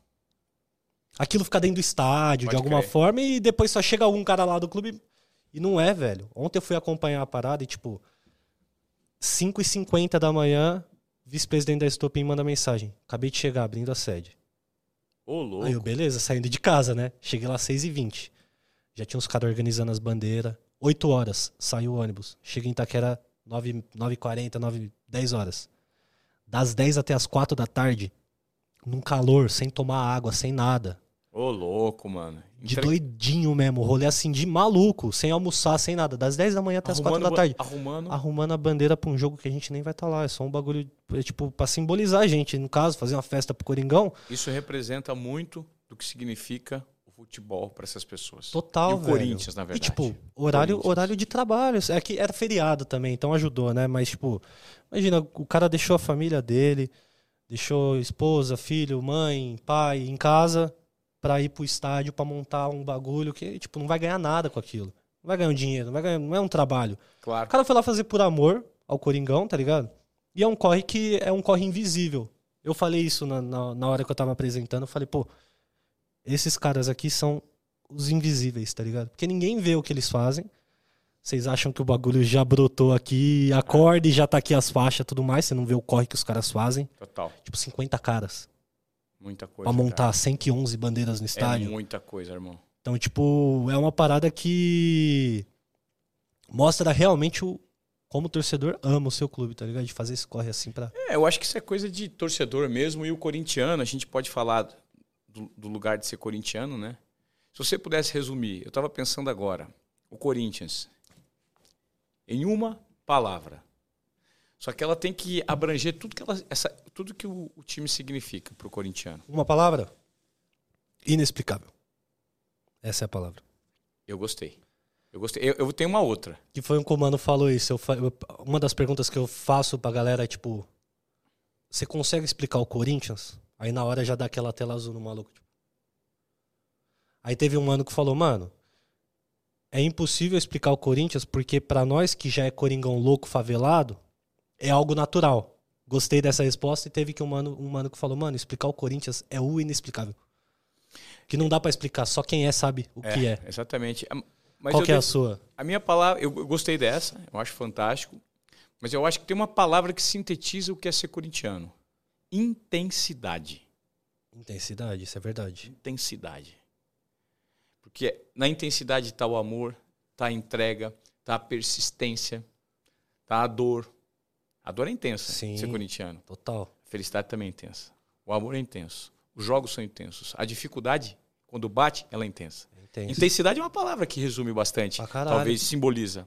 [SPEAKER 1] Aquilo fica dentro do estádio, de
[SPEAKER 2] Pode
[SPEAKER 1] alguma
[SPEAKER 2] crer.
[SPEAKER 1] forma, e depois só chega um cara lá do clube. E não é, velho. Ontem eu fui acompanhar a parada e, tipo, 5h50 da manhã, vice-presidente da Estopim manda mensagem. Acabei de chegar abrindo a sede.
[SPEAKER 2] Ô, louco.
[SPEAKER 1] Aí eu, beleza, saindo de casa, né? Cheguei lá às 6h20. Já tinha uns caras organizando as bandeiras. 8 horas, saiu o ônibus. Cheguei em Itaquera 9, 9h40, 9, 10 horas. Das 10 até as 4 da tarde, num calor, sem tomar água, sem nada.
[SPEAKER 2] Ô, louco, mano.
[SPEAKER 1] De
[SPEAKER 2] Entre-
[SPEAKER 1] doidinho mesmo, rolê assim de maluco, sem almoçar, sem nada. Das 10 da manhã até as 4 da
[SPEAKER 2] ba-
[SPEAKER 1] tarde. Ah.
[SPEAKER 2] Arrumando.
[SPEAKER 1] Arrumando a bandeira pra um jogo que a gente nem vai estar lá. É só um bagulho, é tipo, pra simbolizar a gente. No caso, fazer uma festa pro Coringão.
[SPEAKER 2] Isso representa muito do que significa o futebol para essas pessoas.
[SPEAKER 1] Total,
[SPEAKER 2] e o
[SPEAKER 1] velho.
[SPEAKER 2] Corinthians, na
[SPEAKER 1] E,
[SPEAKER 2] verdade.
[SPEAKER 1] tipo, horário,
[SPEAKER 2] Corinthians.
[SPEAKER 1] horário de trabalho. É que era feriado também, então ajudou, né? Mas, tipo, imagina, o cara deixou a família dele, deixou esposa, filho, mãe, pai em casa pra ir pro estádio pra montar um bagulho que, tipo, não vai ganhar nada com aquilo. Não vai ganhar um dinheiro, não, vai ganhar, não é um trabalho. O
[SPEAKER 2] Claro.
[SPEAKER 1] cara foi lá fazer por amor ao Coringão, tá ligado? E é um corre que é um corre invisível. Eu falei isso na, na, na hora que eu tava apresentando, eu falei, pô, esses caras aqui são os invisíveis, tá ligado? Porque ninguém vê o que eles fazem. Vocês acham que o bagulho já brotou aqui, acorda e já tá aqui as faixas e tudo mais, você não vê o corre que os caras fazem.
[SPEAKER 2] Total.
[SPEAKER 1] Tipo, 50 caras
[SPEAKER 2] Muita coisa.
[SPEAKER 1] pra montar
[SPEAKER 2] é, cara.
[SPEAKER 1] 111 bandeiras no
[SPEAKER 2] É
[SPEAKER 1] estádio.
[SPEAKER 2] muita coisa, irmão.
[SPEAKER 1] Então, tipo, é uma parada que mostra realmente o, como o torcedor ama o seu clube, tá ligado? De fazer esse corre assim pra.
[SPEAKER 2] É, eu acho que isso é coisa de torcedor mesmo. E o corintiano, a gente pode falar do, do lugar de ser corintiano, né? Se você pudesse resumir, eu estava pensando agora. O Corinthians, em uma palavra. Só que ela tem que abranger tudo que, ela, essa, tudo que o, o time significa para o corintiano.
[SPEAKER 1] Uma palavra? Inexplicável. Essa é a palavra.
[SPEAKER 2] Eu gostei. Eu gostei. Eu, eu tenho uma outra.
[SPEAKER 1] Que foi um comando falou isso. Eu fa- eu- uma das perguntas que eu faço pra galera é tipo: Você consegue explicar o Corinthians? Aí na hora já dá aquela tela azul no maluco. tipo. Aí teve um mano que falou: Mano, é impossível explicar o Corinthians porque pra nós que já é coringão louco favelado, é algo natural. Gostei dessa resposta e teve que um mano, um mano que falou: Mano, explicar o Corinthians é o inexplicável. Que não dá pra explicar, só quem é sabe o que é.
[SPEAKER 2] Exatamente. Ah, Mas
[SPEAKER 1] Qual
[SPEAKER 2] eu
[SPEAKER 1] que é
[SPEAKER 2] dei-
[SPEAKER 1] a sua?
[SPEAKER 2] A minha palavra, eu eu gostei dessa, eu acho fantástico, mas eu acho que tem uma palavra que sintetiza o que é ser corintiano: intensidade.
[SPEAKER 1] Intensidade, isso é verdade.
[SPEAKER 2] Intensidade. Porque na intensidade está o amor, está a entrega, está a persistência, está a dor. A dor é intensa,
[SPEAKER 1] Sim.
[SPEAKER 2] ser corintiano.
[SPEAKER 1] Total.
[SPEAKER 2] A felicidade também é intensa. O amor é intenso. Os jogos são intensos. A dificuldade, quando bate, ela é intensa.
[SPEAKER 1] Intenso.
[SPEAKER 2] Intensidade é uma palavra que resume bastante.
[SPEAKER 1] Pra caralho.
[SPEAKER 2] Talvez simboliza.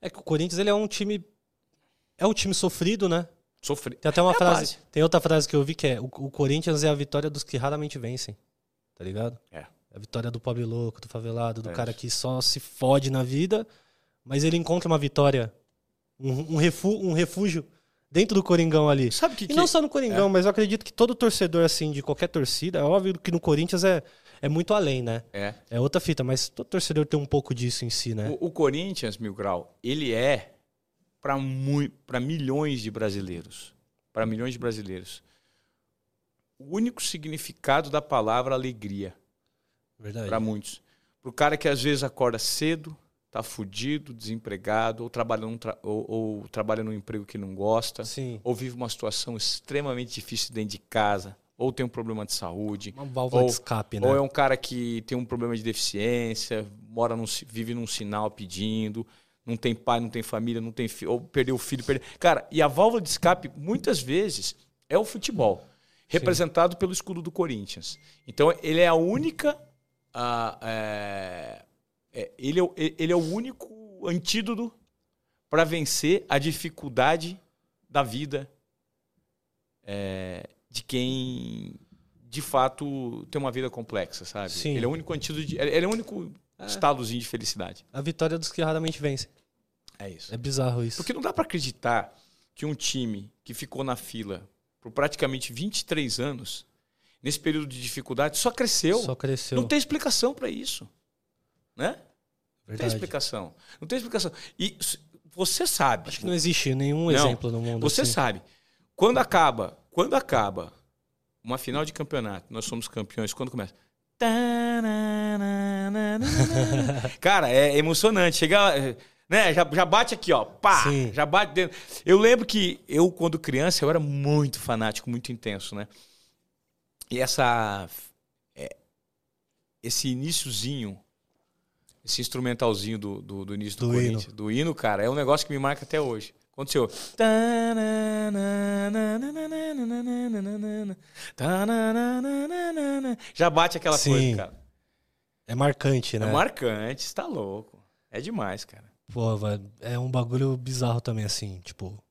[SPEAKER 1] É que o Corinthians ele é um time é um time sofrido, né?
[SPEAKER 2] Sofrer.
[SPEAKER 1] Tem até uma
[SPEAKER 2] É a
[SPEAKER 1] frase,
[SPEAKER 2] base.
[SPEAKER 1] tem outra frase que eu vi que é o, o Corinthians é a vitória dos que raramente vencem. Tá ligado?
[SPEAKER 2] É.
[SPEAKER 1] a vitória do pobre louco, do favelado, do
[SPEAKER 2] É
[SPEAKER 1] cara
[SPEAKER 2] isso.
[SPEAKER 1] que só se fode na vida, mas ele encontra uma vitória, um, um, refu, um refúgio dentro do Coringão ali.
[SPEAKER 2] Sabe o que,
[SPEAKER 1] E
[SPEAKER 2] que é.
[SPEAKER 1] não só no Coringão, mas eu acredito que todo torcedor assim de qualquer torcida, é óbvio que no Corinthians é é muito além, né?
[SPEAKER 2] é?
[SPEAKER 1] É outra fita, mas todo torcedor tem um pouco disso em si, né?
[SPEAKER 2] O, o Corinthians, Mil Grau, ele é para milhões de brasileiros. Para milhões de brasileiros. O único significado da palavra alegria
[SPEAKER 1] Verdade.
[SPEAKER 2] para muitos. Para o cara que às vezes acorda cedo, tá fudido, desempregado, ou trabalha, num tra- ou- ou trabalha num emprego que não gosta,
[SPEAKER 1] Sim.
[SPEAKER 2] ou vive uma situação extremamente difícil dentro de casa, ou tem um problema de saúde,
[SPEAKER 1] Uma válvula
[SPEAKER 2] Ou-
[SPEAKER 1] de escape, né?
[SPEAKER 2] Ou é um cara que tem um problema de deficiência, mora num, si- vive num sinal pedindo, não tem pai, não tem família, não tem filho, ou perdeu o filho, perdeu. Cara, e a válvula de escape, muitas vezes, é o futebol, representado pelo escudo do Corinthians. Então, ele é a única. a- é- é, ele, é, o- ele é o único antídoto para vencer a dificuldade da vida é, de quem de fato tem uma vida complexa, sabe?
[SPEAKER 1] Sim.
[SPEAKER 2] Ele é o único antídoto, de, ele é o único estadozinho de felicidade.
[SPEAKER 1] A vitória dos que raramente vencem.
[SPEAKER 2] É isso.
[SPEAKER 1] É bizarro isso.
[SPEAKER 2] Porque não dá para acreditar que um time que ficou na fila por praticamente 23 anos, nesse período de dificuldade, só cresceu.
[SPEAKER 1] Só cresceu.
[SPEAKER 2] não tem explicação para isso. Né? Não tem
[SPEAKER 1] Verdade.
[SPEAKER 2] explicação. Não tem explicação. E s- você sabe.
[SPEAKER 1] Acho que não existe nenhum
[SPEAKER 2] Não.
[SPEAKER 1] exemplo no mundo.
[SPEAKER 2] Você
[SPEAKER 1] assim.
[SPEAKER 2] sabe. Quando acaba, quando acaba uma final de campeonato, nós somos campeões,
[SPEAKER 1] <laughs>
[SPEAKER 2] quando começa? Tananana. Cara, é emocionante. Chega, é, né? Já, já bate aqui, ó. Pá!
[SPEAKER 1] Sim.
[SPEAKER 2] Já bate dentro. Eu lembro que eu, quando criança, eu era muito fanático, muito intenso, né? E essa, esse iníciozinho, esse instrumentalzinho do, do, do início do,
[SPEAKER 1] Do hino.
[SPEAKER 2] Corinthians, do hino, cara, é um negócio que me marca até hoje. Aconteceu. Já bate aquela
[SPEAKER 1] Sim,
[SPEAKER 2] coisa, cara.
[SPEAKER 1] É marcante,
[SPEAKER 2] É
[SPEAKER 1] né?
[SPEAKER 2] marcante, está louco. É demais, cara.
[SPEAKER 1] Pô, velho, é um bagulho bizarro também, assim, tipo.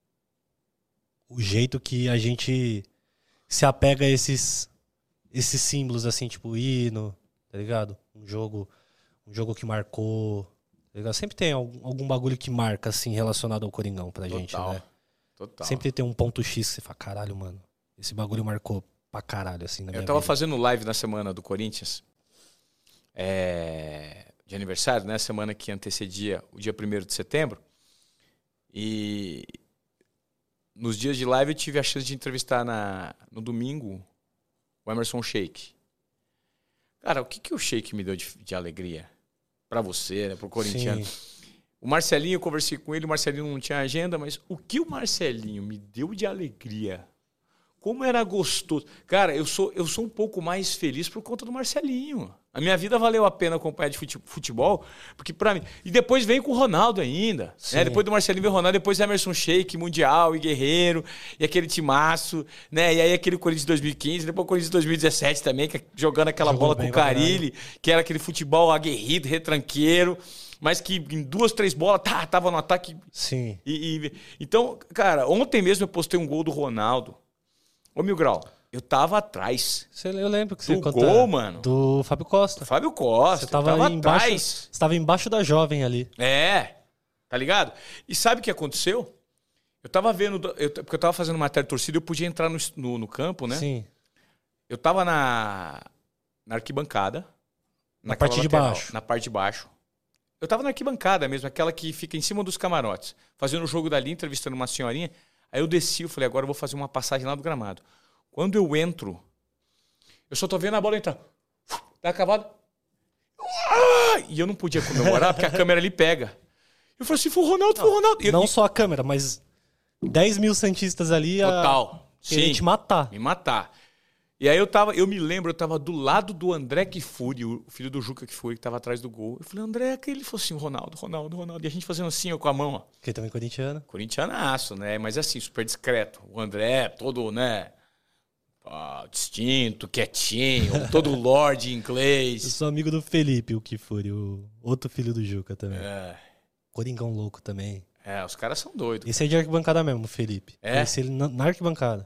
[SPEAKER 1] O jeito que a gente se apega a esses, esses símbolos, assim, tipo, hino, tá ligado? Um jogo, um jogo que marcou. Tá ligado? Sempre tem algum, algum bagulho que marca, assim, relacionado ao Coringão pra gente,
[SPEAKER 2] Total.
[SPEAKER 1] né?
[SPEAKER 2] Total.
[SPEAKER 1] Sempre tem um ponto X que você fala, caralho, mano. Esse bagulho marcou pra caralho, assim, na minha
[SPEAKER 2] Eu tava
[SPEAKER 1] vida.
[SPEAKER 2] fazendo live na semana do Corinthians, é, de aniversário, né? Semana que antecedia o dia 1 de setembro. E nos dias de live eu tive a chance de entrevistar na, no domingo o Emerson Sheik. Cara, o que, que o Sheik me deu de, de alegria? Pra você, né? Pro corintiano.
[SPEAKER 1] Sim,
[SPEAKER 2] O Marcelinho, eu conversei com ele, o Marcelinho não tinha agenda, mas o que o Marcelinho me deu de alegria. Como era gostoso. Cara, eu sou, eu sou um pouco mais feliz por conta do Marcelinho. A minha vida valeu a pena acompanhar de fute- futebol, porque pra mim. E depois vem com o Ronaldo ainda.
[SPEAKER 1] Sim.
[SPEAKER 2] Né? Depois do Marcelinho vem o Ronaldo, depois Emerson Sheik, Mundial e Guerreiro, e aquele timaço, né? E aí aquele Corinthians de 2015, depois o Corinthians de 2017 também, que- é jogando aquela
[SPEAKER 1] Jogou
[SPEAKER 2] bola
[SPEAKER 1] bem
[SPEAKER 2] com o
[SPEAKER 1] pra caralho.
[SPEAKER 2] Carilli, que era aquele futebol aguerrido, retranqueiro, mas que em duas, três bolas, tá, tava no ataque
[SPEAKER 1] sim.
[SPEAKER 2] e, e- então, cara, ontem mesmo eu postei um gol do Ronaldo. Ô, Mil Grau, eu tava atrás.
[SPEAKER 1] Você- Eu lembro que você
[SPEAKER 2] Do
[SPEAKER 1] contava
[SPEAKER 2] gol, mano.
[SPEAKER 1] Do Fábio Costa.
[SPEAKER 2] Fábio Costa,
[SPEAKER 1] Você
[SPEAKER 2] eu
[SPEAKER 1] tava,
[SPEAKER 2] tava,
[SPEAKER 1] ali
[SPEAKER 2] atrás.
[SPEAKER 1] embaixo. Você tava embaixo da jovem ali.
[SPEAKER 2] É, tá ligado? E sabe o que aconteceu? Eu tava vendo, eu, porque eu tava fazendo matéria de torcida, eu podia entrar no, no, no campo, né?
[SPEAKER 1] Sim.
[SPEAKER 2] Eu tava na, na arquibancada.
[SPEAKER 1] Na
[SPEAKER 2] naquela
[SPEAKER 1] parte de baixo.
[SPEAKER 2] Na parte de baixo. Eu tava na arquibancada mesmo, aquela que fica em cima dos camarotes. Fazendo o jogo dali, entrevistando uma senhorinha. Aí eu desci, eu falei, agora eu vou fazer uma passagem lá do gramado. Quando eu entro, eu só tô vendo a bola entrar. Tá acabado. Ah! E eu não podia comemorar, porque a câmera ali pega. Eu falei assim, foi o Ronaldo, foi o Ronaldo. E-
[SPEAKER 1] Não
[SPEAKER 2] e-
[SPEAKER 1] só a câmera, mas 10 mil santistas ali a
[SPEAKER 2] Total.
[SPEAKER 1] querer
[SPEAKER 2] Sim.
[SPEAKER 1] te matar.
[SPEAKER 2] Me matar. E aí eu tava, eu me lembro, eu tava do lado do André Kifuri, o filho do Juca Kifuri, que tava atrás do gol. Eu falei, André, que ele falou assim, Ronaldo, Ronaldo, Ronaldo. E a gente fazendo assim, ó, com a mão, ó.
[SPEAKER 1] Porque também é corintiano.
[SPEAKER 2] Corintianaço, né? Mas assim, super discreto. O André, todo, né? Ah, distinto, quietinho, <laughs> todo lorde
[SPEAKER 1] Eu
[SPEAKER 2] inglês.
[SPEAKER 1] sou amigo do Felipe, o que for, o outro filho do Juca também.
[SPEAKER 2] É,
[SPEAKER 1] Coringão louco também.
[SPEAKER 2] é, os caras são doidos.
[SPEAKER 1] Esse é de arquibancada mesmo, o Felipe.
[SPEAKER 2] É?
[SPEAKER 1] Esse ele na, na arquibancada.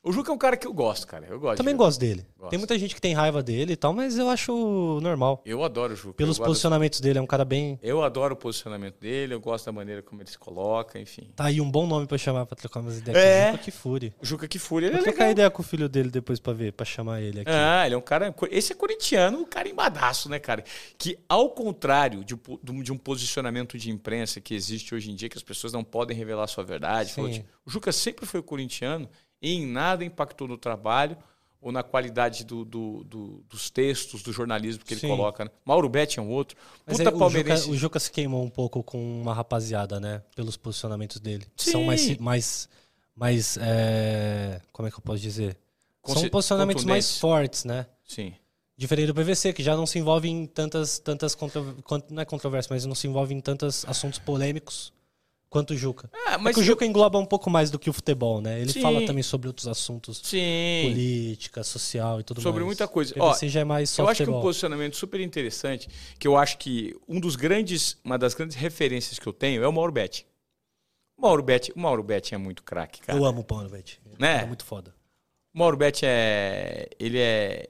[SPEAKER 2] O Juca é um cara que eu gosto, cara. Eu gosto.
[SPEAKER 1] Também
[SPEAKER 2] de Juca.
[SPEAKER 1] gosto dele.
[SPEAKER 2] Gosto.
[SPEAKER 1] Tem muita gente que tem raiva dele e tal, mas eu acho normal.
[SPEAKER 2] Eu adoro o Juca.
[SPEAKER 1] Pelos
[SPEAKER 2] eu, adoro,
[SPEAKER 1] posicionamentos dele, é um cara bem.
[SPEAKER 2] eu adoro o posicionamento dele, eu gosto da maneira como ele se coloca, enfim.
[SPEAKER 1] Tá aí um bom nome pra chamar pra trocar umas ideias.
[SPEAKER 2] É.
[SPEAKER 1] com o Juca Kifuri.
[SPEAKER 2] O Juca Kifuri, ele é
[SPEAKER 1] Vou
[SPEAKER 2] legal.
[SPEAKER 1] trocar ideia com o filho dele depois pra ver, pra chamar ele aqui.
[SPEAKER 2] Ah, ele é um cara. Esse é corintiano, um cara embadaço, né, cara? Que, ao contrário de, um po- de um- de um posicionamento de imprensa que existe hoje em dia, que as pessoas não podem revelar sua verdade.
[SPEAKER 1] Sim.
[SPEAKER 2] falou de- o Juca sempre foi corintiano e em nada impactou no trabalho ou na qualidade do- do- do- dos textos, do jornalismo que ele
[SPEAKER 1] Sim.
[SPEAKER 2] coloca. Né? Mauro Betti é um outro.
[SPEAKER 1] Mas
[SPEAKER 2] Puta
[SPEAKER 1] aí
[SPEAKER 2] palmeirense.
[SPEAKER 1] O Juca, o Juca se queimou um pouco com uma rapaziada, né? Pelos posicionamentos dele. que
[SPEAKER 2] Sim.
[SPEAKER 1] São mais. mais, mais é, como é que eu posso dizer? São
[SPEAKER 2] Conce-
[SPEAKER 1] posicionamentos mais
[SPEAKER 2] contundentes.
[SPEAKER 1] fortes, né?
[SPEAKER 2] Sim.
[SPEAKER 1] Diferente do PVC, que já não se envolve em tantas. tantas contro- con- Não é controvérsia, mas não se envolve em tantos assuntos polêmicos quanto o Juca.
[SPEAKER 2] Ah,
[SPEAKER 1] Mas
[SPEAKER 2] mas.
[SPEAKER 1] que o Juca engloba um pouco mais do que o futebol, né? Ele
[SPEAKER 2] Sim.
[SPEAKER 1] fala também sobre outros assuntos.
[SPEAKER 2] Sim.
[SPEAKER 1] Política, social e tudo
[SPEAKER 2] Sobre
[SPEAKER 1] mais.
[SPEAKER 2] muita coisa.
[SPEAKER 1] O PVC já é mais só
[SPEAKER 2] eu acho que um
[SPEAKER 1] futebol.
[SPEAKER 2] posicionamento super interessante, que eu acho que um dos grandes, uma das grandes referências que eu tenho é o Mauro Betti. O Mauro Betti, o Mauro Betti é muito craque, cara.
[SPEAKER 1] eu amo o Paulo, velho.
[SPEAKER 2] Né?
[SPEAKER 1] É muito foda.
[SPEAKER 2] O Mauro Betti é, ele é,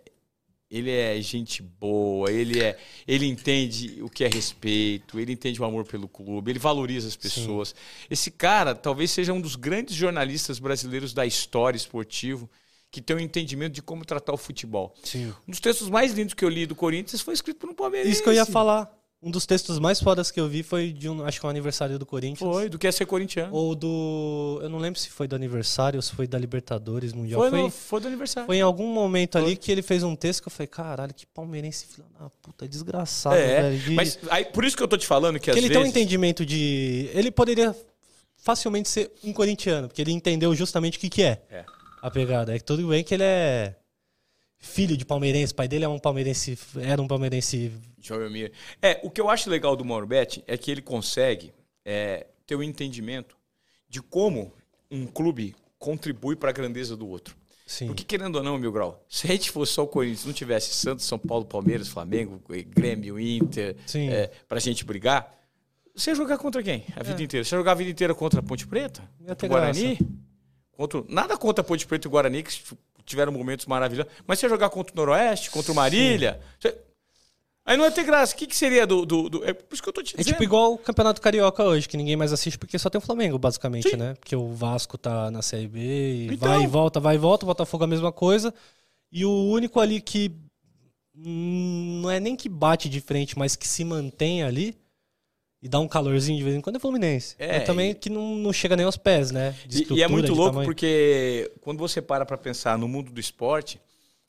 [SPEAKER 2] ele é gente boa, ele é, ele entende o que é respeito, ele entende o amor pelo clube, ele valoriza as pessoas. Esse cara talvez seja um dos grandes jornalistas brasileiros da história esportiva que tem um entendimento de como tratar o futebol.
[SPEAKER 1] Sim.
[SPEAKER 2] Um dos textos mais lindos que eu li do Corinthians foi escrito por um palmeirense.
[SPEAKER 1] Isso que eu ia falar. Um dos textos mais fodas que eu vi foi de um, acho que um aniversário do Corinthians.
[SPEAKER 2] Foi, do que é ser corintiano.
[SPEAKER 1] Ou do. Eu não lembro se foi do aniversário ou se foi da Libertadores Mundial.
[SPEAKER 2] Foi,
[SPEAKER 1] Foi,
[SPEAKER 2] no-
[SPEAKER 1] foi,
[SPEAKER 2] foi do aniversário.
[SPEAKER 1] em algum momento ali que ele fez um texto que eu falei, caralho, que palmeirense, filho da puta, é desgraçado,
[SPEAKER 2] é,
[SPEAKER 1] velho. De-
[SPEAKER 2] mas aí, por isso que eu tô te falando que, às
[SPEAKER 1] que ele
[SPEAKER 2] vezes...
[SPEAKER 1] tem um entendimento de. Ele poderia facilmente ser um corintiano, porque ele entendeu justamente o que, que é,
[SPEAKER 2] É.
[SPEAKER 1] a pegada. É que tudo bem que ele é. filho de palmeirense, pai dele é um palmeirense, era um palmeirense.
[SPEAKER 2] Joel Mir. É, o que eu acho legal do Mauro Betti é que ele consegue é, ter o entendimento de como um clube contribui para a grandeza do outro.
[SPEAKER 1] Sim.
[SPEAKER 2] Porque, querendo ou não, Mil Grau, se a gente fosse só o Corinthians, não tivesse Santos, São Paulo, Palmeiras, Flamengo, eh, Grêmio, Inter,
[SPEAKER 1] Sim.
[SPEAKER 2] é, pra gente brigar, você ia jogar contra quem a vida inteira? Você ia jogar a vida inteira contra a Ponte Preta?
[SPEAKER 1] É. Ia
[SPEAKER 2] Contra
[SPEAKER 1] ter
[SPEAKER 2] o Guarani? Contra, nada contra a Ponte Preta e o Guarani, que tiveram momentos maravilhosos. Mas você ia jogar contra o Noroeste, contra o Marília? Você- Aí não ia ter graça. O que, que seria do, do- do- É por isso que eu tô te
[SPEAKER 1] É
[SPEAKER 2] dizendo.
[SPEAKER 1] tipo igual o Campeonato Carioca hoje, que ninguém mais assiste porque só tem o Flamengo, basicamente,
[SPEAKER 2] Sim.
[SPEAKER 1] né? Porque o Vasco tá na Série B e
[SPEAKER 2] Então.
[SPEAKER 1] vai e volta, vai e volta, o Botafogo é a mesma coisa. E o único ali que hum, não é nem que bate de frente, mas que se mantém ali e dá um calorzinho de vez em quando é o Fluminense.
[SPEAKER 2] É,
[SPEAKER 1] É, também
[SPEAKER 2] e-
[SPEAKER 1] que não, não chega nem aos pés, né? De
[SPEAKER 2] E- E, é
[SPEAKER 1] estrutura,
[SPEAKER 2] muito
[SPEAKER 1] de
[SPEAKER 2] louco
[SPEAKER 1] tamanho.
[SPEAKER 2] porque quando você para pra pensar no mundo do esporte,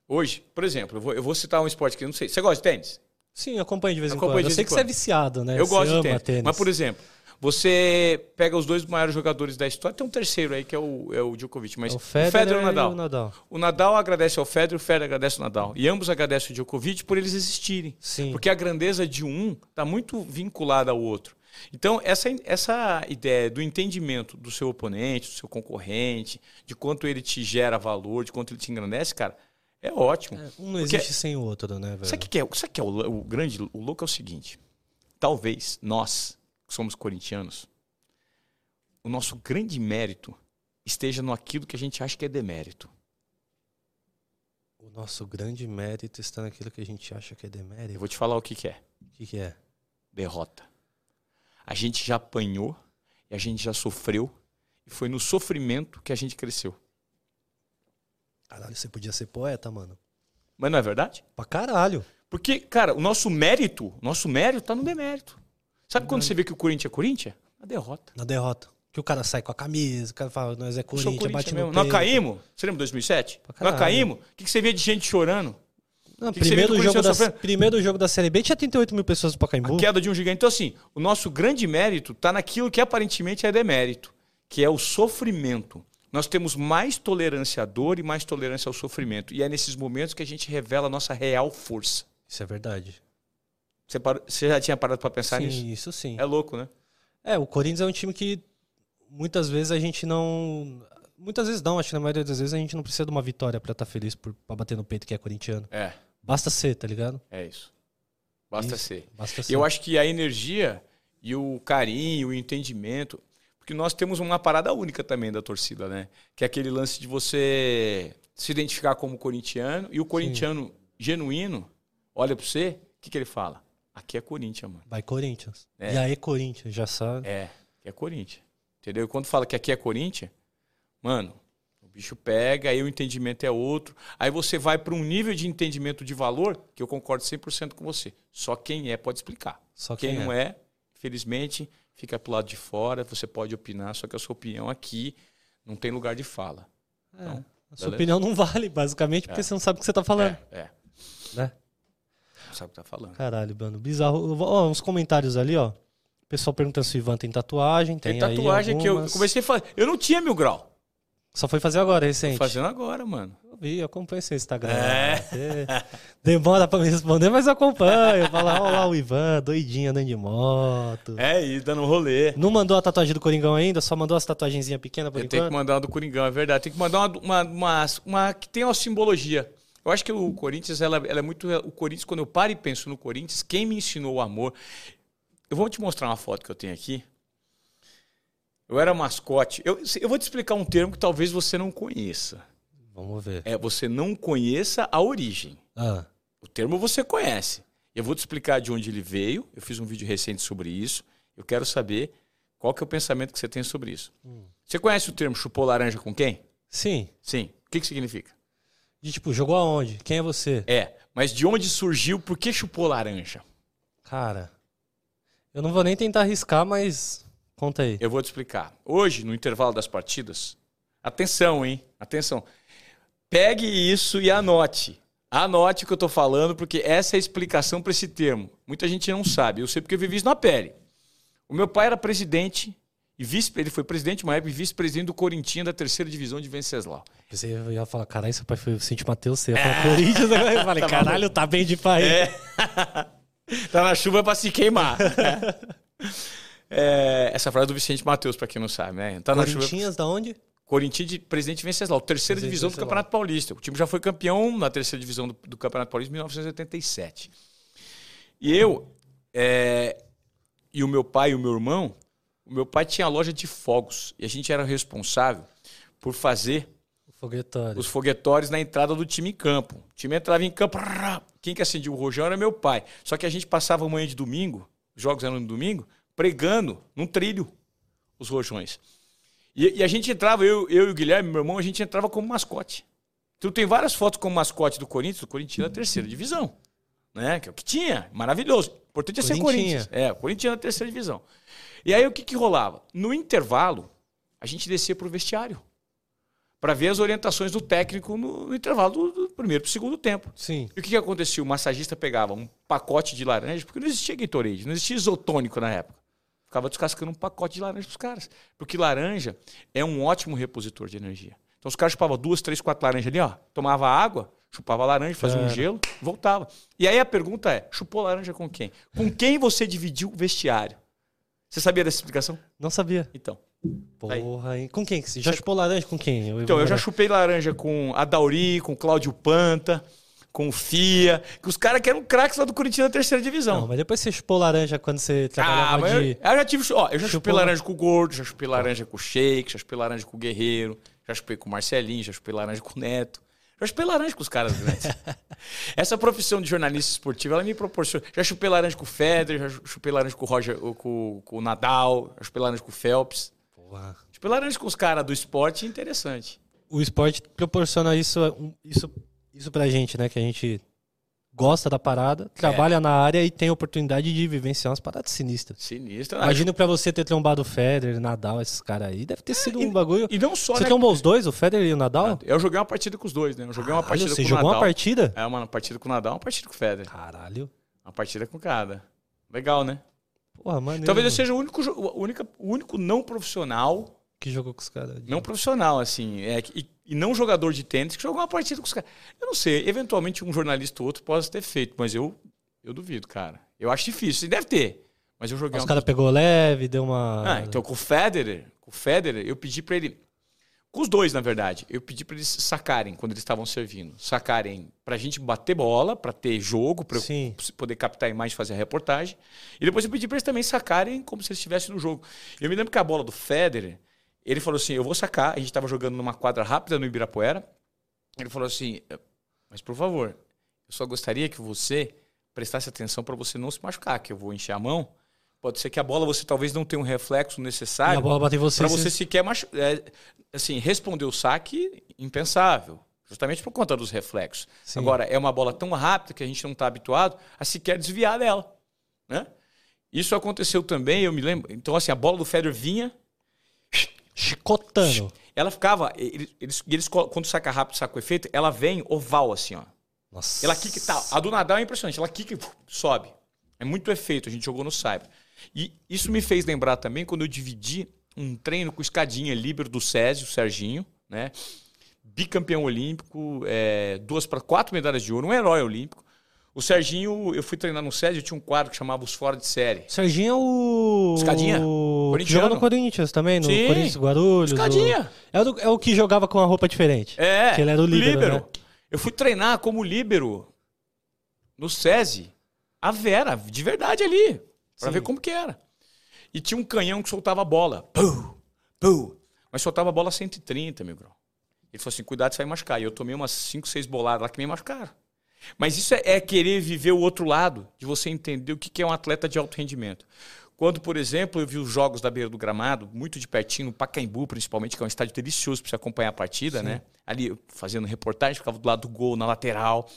[SPEAKER 2] hoje, por exemplo, eu vou, eu vou citar um esporte que eu não sei. Você gosta de tênis?
[SPEAKER 1] Sim, acompanho de vez em
[SPEAKER 2] Acompanho
[SPEAKER 1] quando.
[SPEAKER 2] de
[SPEAKER 1] Eu
[SPEAKER 2] vez
[SPEAKER 1] sei
[SPEAKER 2] em
[SPEAKER 1] que você é
[SPEAKER 2] quando.
[SPEAKER 1] viciado, né?
[SPEAKER 2] eu
[SPEAKER 1] Você
[SPEAKER 2] gosto de
[SPEAKER 1] ama
[SPEAKER 2] tênis. Mas, por exemplo, você pega os dois maiores jogadores da história, tem um terceiro aí que é o, é o Djokovic, mas
[SPEAKER 1] É
[SPEAKER 2] o
[SPEAKER 1] o
[SPEAKER 2] Federer, e o Nadal.
[SPEAKER 1] e o Nadal.
[SPEAKER 2] O Nadal agradece ao Federer, o Federer agradece ao Nadal. E ambos agradecem o Djokovic por eles existirem.
[SPEAKER 1] Sim.
[SPEAKER 2] Porque a grandeza de um está muito vinculada ao outro. Então, essa, essa ideia do entendimento do seu oponente, do seu concorrente, de quanto ele te gera valor, de quanto ele te engrandece, cara, é ótimo.
[SPEAKER 1] Um não
[SPEAKER 2] Porque-
[SPEAKER 1] existe sem o outro, né, velho?
[SPEAKER 2] Sabe o que que é, sabe o que é o, o grande, o louco é o seguinte. Talvez nós, que somos corintianos, o nosso grande mérito esteja no aquilo que a gente acha que é demérito.
[SPEAKER 1] O nosso grande mérito está naquilo que a gente acha que é
[SPEAKER 2] Eu
[SPEAKER 1] demérito.
[SPEAKER 2] vou te falar o que, que é.
[SPEAKER 1] O que, que é?
[SPEAKER 2] derrota. A gente já apanhou e a gente já sofreu. E foi no sofrimento que a gente cresceu.
[SPEAKER 1] Caralho, você podia ser poeta, mano.
[SPEAKER 2] Mas não é verdade?
[SPEAKER 1] Pra caralho.
[SPEAKER 2] Porque, cara, o nosso mérito, o nosso mérito tá no demérito. Sabe quando você vê que o Corinthians é Corinthians? A derrota.
[SPEAKER 1] Na derrota. Que o cara sai com a camisa, o cara fala, nós é
[SPEAKER 2] Eu sou
[SPEAKER 1] Corinthians, bate
[SPEAKER 2] mesmo.
[SPEAKER 1] no
[SPEAKER 2] Nós
[SPEAKER 1] peito.
[SPEAKER 2] caímos. Você lembra 2007?
[SPEAKER 1] Pra caralho.
[SPEAKER 2] Nós caímos. O que que você vê de gente chorando?
[SPEAKER 1] Não,
[SPEAKER 2] Que que você
[SPEAKER 1] primeiro,
[SPEAKER 2] viu do
[SPEAKER 1] jogo da,
[SPEAKER 2] Corinthians sofrendo?
[SPEAKER 1] primeiro jogo da Série B tinha 38 mil pessoas no
[SPEAKER 2] A
[SPEAKER 1] Pacaembu.
[SPEAKER 2] queda de um gigante. Então, assim, o nosso grande mérito está naquilo que aparentemente é demérito, que é o sofrimento. Nós temos mais tolerância à dor e mais tolerância ao sofrimento. E é nesses momentos que a gente revela a nossa real força.
[SPEAKER 1] Isso é verdade.
[SPEAKER 2] Você, parou- você já tinha parado para pensar
[SPEAKER 1] sim,
[SPEAKER 2] nisso?
[SPEAKER 1] isso sim.
[SPEAKER 2] É louco, né?
[SPEAKER 1] É, o Corinthians é um time que muitas vezes a gente não... Muitas vezes não, acho que na maioria das vezes a gente não precisa de uma vitória pra estar feliz por, pra bater no peito que é corintiano.
[SPEAKER 2] É,
[SPEAKER 1] Basta ser, tá ligado?
[SPEAKER 2] é isso. Basta
[SPEAKER 1] Isso.
[SPEAKER 2] ser.
[SPEAKER 1] Basta ser.
[SPEAKER 2] Eu acho que a energia e o carinho, o entendimento, porque nós temos uma parada única também da torcida, né? Que é aquele lance de você se identificar como corintiano e o corintiano genuíno olha pra você, o que, que ele fala? Aqui é Corinthians, mano.
[SPEAKER 1] Vai Corinthians.
[SPEAKER 2] É.
[SPEAKER 1] E aí Corinthians, já sabe.
[SPEAKER 2] É, aqui é Corinthians. Entendeu? E quando fala que aqui é Corinthians, mano, o bicho pega, aí o entendimento é outro. Aí você vai pra um nível de entendimento de valor que eu concordo 100% com você. Só quem é pode explicar.
[SPEAKER 1] Só
[SPEAKER 2] Quem não é, infelizmente, fica pro lado de fora, você pode opinar, só que a sua opinião aqui não tem lugar de fala. Então,
[SPEAKER 1] É, A sua
[SPEAKER 2] beleza.
[SPEAKER 1] opinião não vale, basicamente, porque
[SPEAKER 2] É.
[SPEAKER 1] você não sabe o que você tá falando.
[SPEAKER 2] É, é.
[SPEAKER 1] Né?
[SPEAKER 2] Não sabe o que tá falando.
[SPEAKER 1] Caralho, mano. Bizarro. Ó, uns comentários ali, ó. O pessoal perguntando se o Ivan tem tatuagem. Tem,
[SPEAKER 2] Tem, tatuagem
[SPEAKER 1] aí
[SPEAKER 2] que eu
[SPEAKER 1] algumas.
[SPEAKER 2] comecei a fazer. Eu não tinha mil grau.
[SPEAKER 1] Só foi fazer agora, recente.
[SPEAKER 2] Tô fazendo agora, mano.
[SPEAKER 1] Eu vi, eu acompanho seu Instagram.
[SPEAKER 2] É.
[SPEAKER 1] Você Demora pra me responder, mas eu acompanho. Fala, ó lá o Ivan, doidinho andando de moto.
[SPEAKER 2] É, e dando um rolê.
[SPEAKER 1] Não mandou a tatuagem do Coringão ainda? Só mandou as tatuagenzinhas pequenas por
[SPEAKER 2] Eu tenho que
[SPEAKER 1] enquanto?
[SPEAKER 2] mandar uma do Coringão, é verdade. Tem que mandar uma, uma, uma, uma que tenha uma simbologia. Eu acho que o Corinthians, ela, ela é muito. O Corinthians, quando eu paro e penso no Corinthians, quem me ensinou o amor. Eu vou te mostrar uma foto que eu tenho aqui. Eu era mascote. Eu, eu vou te explicar um termo que talvez você não conheça.
[SPEAKER 1] Vamos ver.
[SPEAKER 2] É, você não conheça a origem.
[SPEAKER 1] Ah,
[SPEAKER 2] O termo você conhece. Eu vou te explicar de onde ele veio. Eu fiz um vídeo recente sobre isso. Eu quero saber qual que é o pensamento que você tem sobre isso. Você conhece o termo chupou laranja com quem?
[SPEAKER 1] sim.
[SPEAKER 2] Sim. O que, que significa?
[SPEAKER 1] De tipo, jogou aonde? Quem é você?
[SPEAKER 2] É, mas de onde surgiu, por que chupou laranja?
[SPEAKER 1] Cara, eu não vou nem tentar arriscar, mas conta aí.
[SPEAKER 2] Eu vou te explicar. Hoje, no intervalo das partidas, atenção, hein? Atenção. Pegue isso e anote. Anote o que eu tô falando, porque essa é a explicação para esse termo. Muita gente não sabe. Eu sei porque eu vivi isso na pele. O meu pai era presidente E vice, ele foi presidente de uma época e vice-presidente do Corinthians da terceira divisão de Venceslau.
[SPEAKER 1] Você ia falar, caralho, seu pai foi o Cinti Matheus, você ia falar Corinthians. agora Eu falei, caralho, É. <laughs> tá bem de pai.
[SPEAKER 2] Tá na chuva pra se queimar. <laughs> É, essa frase é do Vicente Matheus, pra quem não sabe, né? Tá na chuva.
[SPEAKER 1] Corinthians da onde?
[SPEAKER 2] Corinthians de presidente de Venceslau, terceira
[SPEAKER 1] Presidente
[SPEAKER 2] divisão do
[SPEAKER 1] Venceslau.
[SPEAKER 2] Campeonato Paulista. O time já foi campeão na terceira divisão do, do Campeonato Paulista em 1987. E eu é, e o meu pai e o meu irmão, o meu pai tinha a loja de fogos e a gente era responsável por fazer
[SPEAKER 1] Foguetório.
[SPEAKER 2] os foguetórios na entrada do time em campo. O time entrava em campo. rá, Quem que acendia o rojão era meu pai. Só que a gente passava manhã de domingo, os jogos eram no domingo, pregando num trilho os rojões. E, e a gente entrava, eu, eu e o Guilherme, meu irmão, a gente entrava como mascote. Então tem várias fotos como mascote do Corinthians, do Corinthians na terceira divisão. Né? Que é o que tinha, maravilhoso. O importante é ser
[SPEAKER 1] Corinthians.
[SPEAKER 2] Corinthians. É, o Corinthians na terceira divisão. E aí o que, que rolava? No intervalo, a gente descia pro vestiário para ver as orientações do técnico no, no intervalo do, do primeiro pro segundo tempo.
[SPEAKER 1] Sim.
[SPEAKER 2] E o que, que acontecia? O massagista pegava um pacote de laranja, porque não existia Gatorade, não existia isotônico na época. Ficava descascando um pacote de laranja pros caras. Porque laranja é um ótimo repositor de energia. Então os caras chupavam duas, três, quatro laranjas ali, ó. Tomava água, chupava a laranja, fazia um
[SPEAKER 1] Cara.
[SPEAKER 2] gelo, voltava. E aí a pergunta é: chupou laranja com quem? Com quem você dividiu o vestiário? Você sabia dessa explicação?
[SPEAKER 1] Não sabia.
[SPEAKER 2] Então. Aí.
[SPEAKER 1] Porra, hein? Com quem? que você- Já chupou laranja com quem?
[SPEAKER 2] Então, eu já chupei laranja com a Dauri, com o Cláudio Panta, com o Fia, que os caras que eram craques lá do Corinthians na terceira divisão.
[SPEAKER 1] Não, mas depois você chupou laranja quando você
[SPEAKER 2] Ah,
[SPEAKER 1] trabalhava
[SPEAKER 2] mas eu,
[SPEAKER 1] de...
[SPEAKER 2] eu já tive. Ó, eu já chupei
[SPEAKER 1] Chupou- né? Tá.
[SPEAKER 2] laranja com o Gordo, já chupei laranja com o Sheik, já chupei laranja com o Guerreiro, já chupei com o Marcelinho, já chupei laranja com o Neto. Já chupei laranja com os caras
[SPEAKER 1] <laughs>
[SPEAKER 2] grandes. Essa profissão de jornalista esportivo, ela me proporciona. Já chupei laranja com o Federer, já chupei laranja com o Roger, com, com o Nadal, já chupei laranja com o Phelps.
[SPEAKER 1] Porra.
[SPEAKER 2] Chupei laranja com os caras do esporte, interessante.
[SPEAKER 1] o esporte proporciona isso, um, isso, isso pra gente, né? Que a gente gosta da parada, trabalha na área e tem a oportunidade de vivenciar umas paradas sinistras.
[SPEAKER 2] Sinistro. né?
[SPEAKER 1] Imagino pra você ter trombado o Federer, Nadal, esses caras aí. Deve ter sido um bagulho.
[SPEAKER 2] E não só,
[SPEAKER 1] Você
[SPEAKER 2] né?
[SPEAKER 1] trombou os dois, o Federer e o Nadal?
[SPEAKER 2] Eu joguei uma partida com os dois, né? Eu joguei uma
[SPEAKER 1] Caralho,
[SPEAKER 2] partida
[SPEAKER 1] Ah, você
[SPEAKER 2] com o
[SPEAKER 1] jogou uma
[SPEAKER 2] Nadal.
[SPEAKER 1] partida?
[SPEAKER 2] É, uma partida com o Nadal, uma partida com o Federer.
[SPEAKER 1] Caralho.
[SPEAKER 2] Uma partida com cada. Legal, né?
[SPEAKER 1] Porra, mano.
[SPEAKER 2] Talvez eu seja o único, jo- o única- o único não profissional,
[SPEAKER 1] Que jogou com os caras.
[SPEAKER 2] não profissional, assim, é, que- e, e não jogador de tênis que jogou uma partida com os caras. Eu não sei, eventualmente um jornalista ou outro possa ter feito, mas eu, eu duvido, cara. Eu acho difícil, e deve ter. Mas eu joguei
[SPEAKER 1] Os
[SPEAKER 2] uma
[SPEAKER 1] caras né? pegou leve, deu uma.
[SPEAKER 2] Ah, então com o Federer, com o Federer, eu pedi pra ele, com os dois na verdade, eu pedi pra eles sacarem quando eles estavam servindo, sacarem pra gente bater bola, pra ter jogo, pra eu
[SPEAKER 1] Sim.
[SPEAKER 2] se poder captar a imagem, e fazer a reportagem. E depois eu pedi pra eles também sacarem como se eles estivessem no jogo. Eu me lembro que a bola do Federer, ele falou assim: "Eu vou sacar". A gente tava jogando numa quadra rápida no Ibirapuera. Ele falou assim: "Mas por favor, eu só gostaria que você prestasse atenção pra você não se machucar, que eu vou encher a mão. Pode ser que a bola você talvez não tenha um reflexo
[SPEAKER 1] E
[SPEAKER 2] necessário
[SPEAKER 1] a bola bateu em você.
[SPEAKER 2] para você sequer machu- é, assim, responder o saque impensável, justamente por conta dos reflexos.
[SPEAKER 1] Sim.
[SPEAKER 2] Agora, é uma bola tão rápida que a gente não está habituado a sequer desviar dela. Né? Isso aconteceu também, eu me lembro. Então, assim, a bola do Federer vinha,
[SPEAKER 1] Chicotando.
[SPEAKER 2] ela ficava. Eles, eles, eles colo- quando saca rápido, saca com efeito, ela vem oval, assim, ó.
[SPEAKER 1] Nossa.
[SPEAKER 2] Ela quica e tal. A do Nadal é impressionante. Ela quica e puf, sobe. É muito efeito. A gente jogou no Cyber. E isso me fez lembrar também quando eu dividi um treino com o Escadinha, líbero do Césio, o Serginho, né? Bicampeão olímpico, é, duas para quatro medalhas de ouro, um herói olímpico. O Serginho, eu fui treinar no Césio, eu tinha um quadro que chamava Os Fora de Série.
[SPEAKER 1] Serginho é o.
[SPEAKER 2] Escadinha.
[SPEAKER 1] O... Que
[SPEAKER 2] Corintiano.
[SPEAKER 1] joga no Corinthians também, no
[SPEAKER 2] Sim.
[SPEAKER 1] Corinthians Guarulhos.
[SPEAKER 2] Escadinha!
[SPEAKER 1] o- É, o... do- é o que jogava com a roupa diferente.
[SPEAKER 2] É,
[SPEAKER 1] Que ele era o líbero, né?
[SPEAKER 2] Eu fui treinar como líbero no SESI, a Vera, de verdade ali, pra
[SPEAKER 1] Sim.
[SPEAKER 2] ver como que era. E tinha um canhão que soltava bola. Pum, pum. Mas soltava bola 130, meu grau. Ele falou assim, cuidado, você vai machucar. E eu tomei umas 5, 6 boladas lá que me machucaram. Mas isso é, é querer viver o outro lado, de você entender o que que é um atleta de alto rendimento. Quando, por exemplo, eu vi os jogos da beira do gramado, muito de pertinho, no Pacaembu, principalmente, que é um estádio delicioso para você acompanhar a partida, né? Ali, eu fazendo reportagem, ficava do lado do gol, na lateral.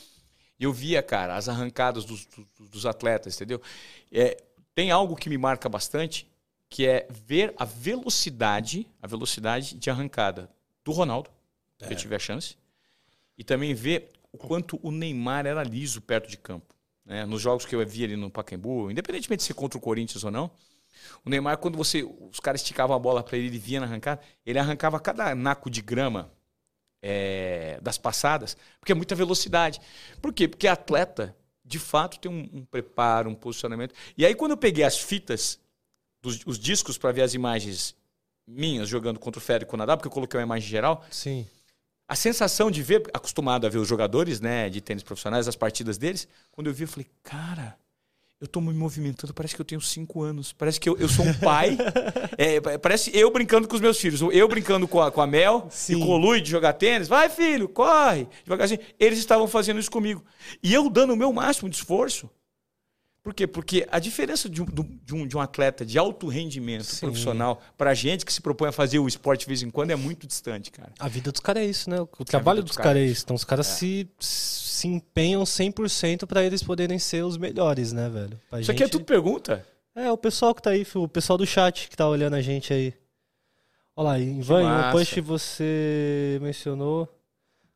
[SPEAKER 2] E eu via, cara, as arrancadas dos, dos- dos atletas, entendeu? É, tem algo que me marca bastante, que é ver a velocidade, a velocidade de arrancada do Ronaldo, que eu tive a chance, e também ver o quanto o Neymar era liso perto de campo. né? Nos jogos que eu vi ali no Pacaembu, independentemente de ser contra o Corinthians ou não, O Neymar, quando você, os caras esticavam a bola para ele, ele vinha na arrancada, ele arrancava cada naco de grama é, das passadas, porque é muita velocidade. Por quê? Porque atleta, de fato, tem um, um preparo, um posicionamento. E aí, quando eu peguei as fitas, dos, os discos para ver as imagens minhas jogando contra o Férico Conadá, porque eu coloquei uma imagem geral,
[SPEAKER 1] Sim.
[SPEAKER 2] a sensação de ver, acostumado a ver os jogadores né, de tênis profissionais, as partidas deles, quando eu vi, eu falei, cara, eu tô me movimentando, parece que eu tenho cinco anos, parece que eu, eu sou um
[SPEAKER 1] <laughs>
[SPEAKER 2] pai, É, pa- parece eu brincando com os meus filhos, eu brincando com a, com a Mel,
[SPEAKER 1] Sim.
[SPEAKER 2] e com o Lui de jogar tênis, vai filho, corre, devagarzinho. Eles estavam fazendo isso comigo. E eu dando o meu máximo de esforço, por quê? Porque a diferença de um, do- de um, de um atleta de alto rendimento
[SPEAKER 1] Sim.
[SPEAKER 2] profissional pra gente que se propõe a fazer o esporte de vez em quando é muito distante, cara.
[SPEAKER 1] A vida dos caras é isso, né? O trabalho
[SPEAKER 2] dos
[SPEAKER 1] dos caras é
[SPEAKER 2] caras.
[SPEAKER 1] isso. Então os caras se, se empenham 100% pra eles poderem ser os melhores, né, velho? Pra
[SPEAKER 2] Isso aqui é
[SPEAKER 1] gente-
[SPEAKER 2] tudo pergunta.
[SPEAKER 1] É, o pessoal que tá aí, o pessoal do chat que tá olhando a gente aí. Olha lá, Ivan,
[SPEAKER 2] massa.
[SPEAKER 1] o Push você mencionou.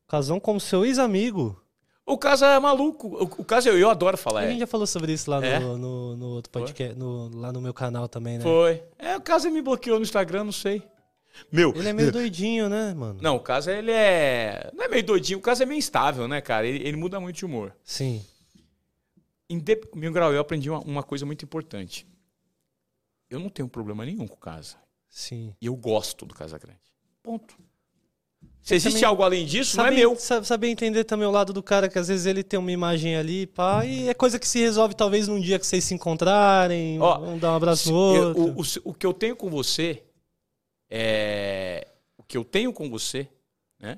[SPEAKER 1] Casão como seu ex-amigo.
[SPEAKER 2] O caso é maluco. O, o caso eu, eu adoro falar.
[SPEAKER 1] A
[SPEAKER 2] é.
[SPEAKER 1] gente já falou sobre isso lá no,
[SPEAKER 2] É?
[SPEAKER 1] no, no outro podcast, no- lá no meu canal também, né?
[SPEAKER 2] Foi. É, o caso ele me bloqueou no Instagram, não sei. Meu.
[SPEAKER 1] Ele é meio doidinho, né, mano?
[SPEAKER 2] Não, o caso ele é. Não é meio doidinho, o caso é meio instável, né, cara? Ele, ele muda muito de humor.
[SPEAKER 1] Sim.
[SPEAKER 2] Indep... Mil grau, eu aprendi uma, uma coisa muito importante. Eu não tenho problema nenhum com o casa.
[SPEAKER 1] Sim.
[SPEAKER 2] E eu gosto do Casagrande. Ponto. Se existe
[SPEAKER 1] também-
[SPEAKER 2] algo além disso,
[SPEAKER 1] Saber,
[SPEAKER 2] não é meu.
[SPEAKER 1] sa- saber entender também o lado do cara, que às vezes ele tem uma imagem ali, pá, e é coisa que se resolve talvez num dia que vocês se encontrarem,
[SPEAKER 2] Ó,
[SPEAKER 1] um dar um abraço no
[SPEAKER 2] Eu-
[SPEAKER 1] outro.
[SPEAKER 2] o, o se- o que eu tenho com você é. O que eu tenho com você, né?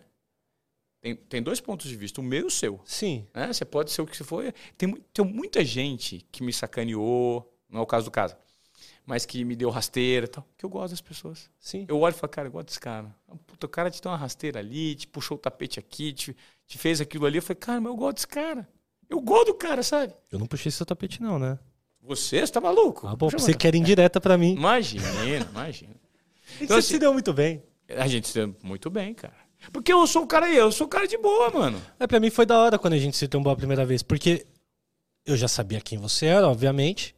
[SPEAKER 2] Tem, tem dois pontos de vista, o meu e o seu.
[SPEAKER 1] Sim,
[SPEAKER 2] né? Você pode ser o que você for. Tem, mu- tem muita gente que me sacaneou, não é o caso do caso, mas que me deu rasteira e tal. Que eu gosto das pessoas.
[SPEAKER 1] sim.
[SPEAKER 2] Eu olho e falo, cara, eu gosto desse cara. Puta, o cara te deu uma rasteira ali, te puxou o tapete aqui, te, te fez aquilo ali. Eu falei, cara, mas eu gosto desse cara. Eu gosto do cara, sabe?
[SPEAKER 1] Eu não puxei seu tapete, não, né?
[SPEAKER 2] Você, você tá maluco?
[SPEAKER 1] Ah, bom,
[SPEAKER 2] Puxa,
[SPEAKER 1] você
[SPEAKER 2] mano.
[SPEAKER 1] quer indireta pra mim.
[SPEAKER 2] Imagina, imagina.
[SPEAKER 1] Então, você
[SPEAKER 2] assim-
[SPEAKER 1] se deu muito bem.
[SPEAKER 2] A gente se deu muito bem, cara. Porque eu sou um cara, eu sou um cara de boa, mano.
[SPEAKER 1] É, pra mim foi da hora quando a gente se trombou a primeira vez, porque eu já sabia quem você era, obviamente,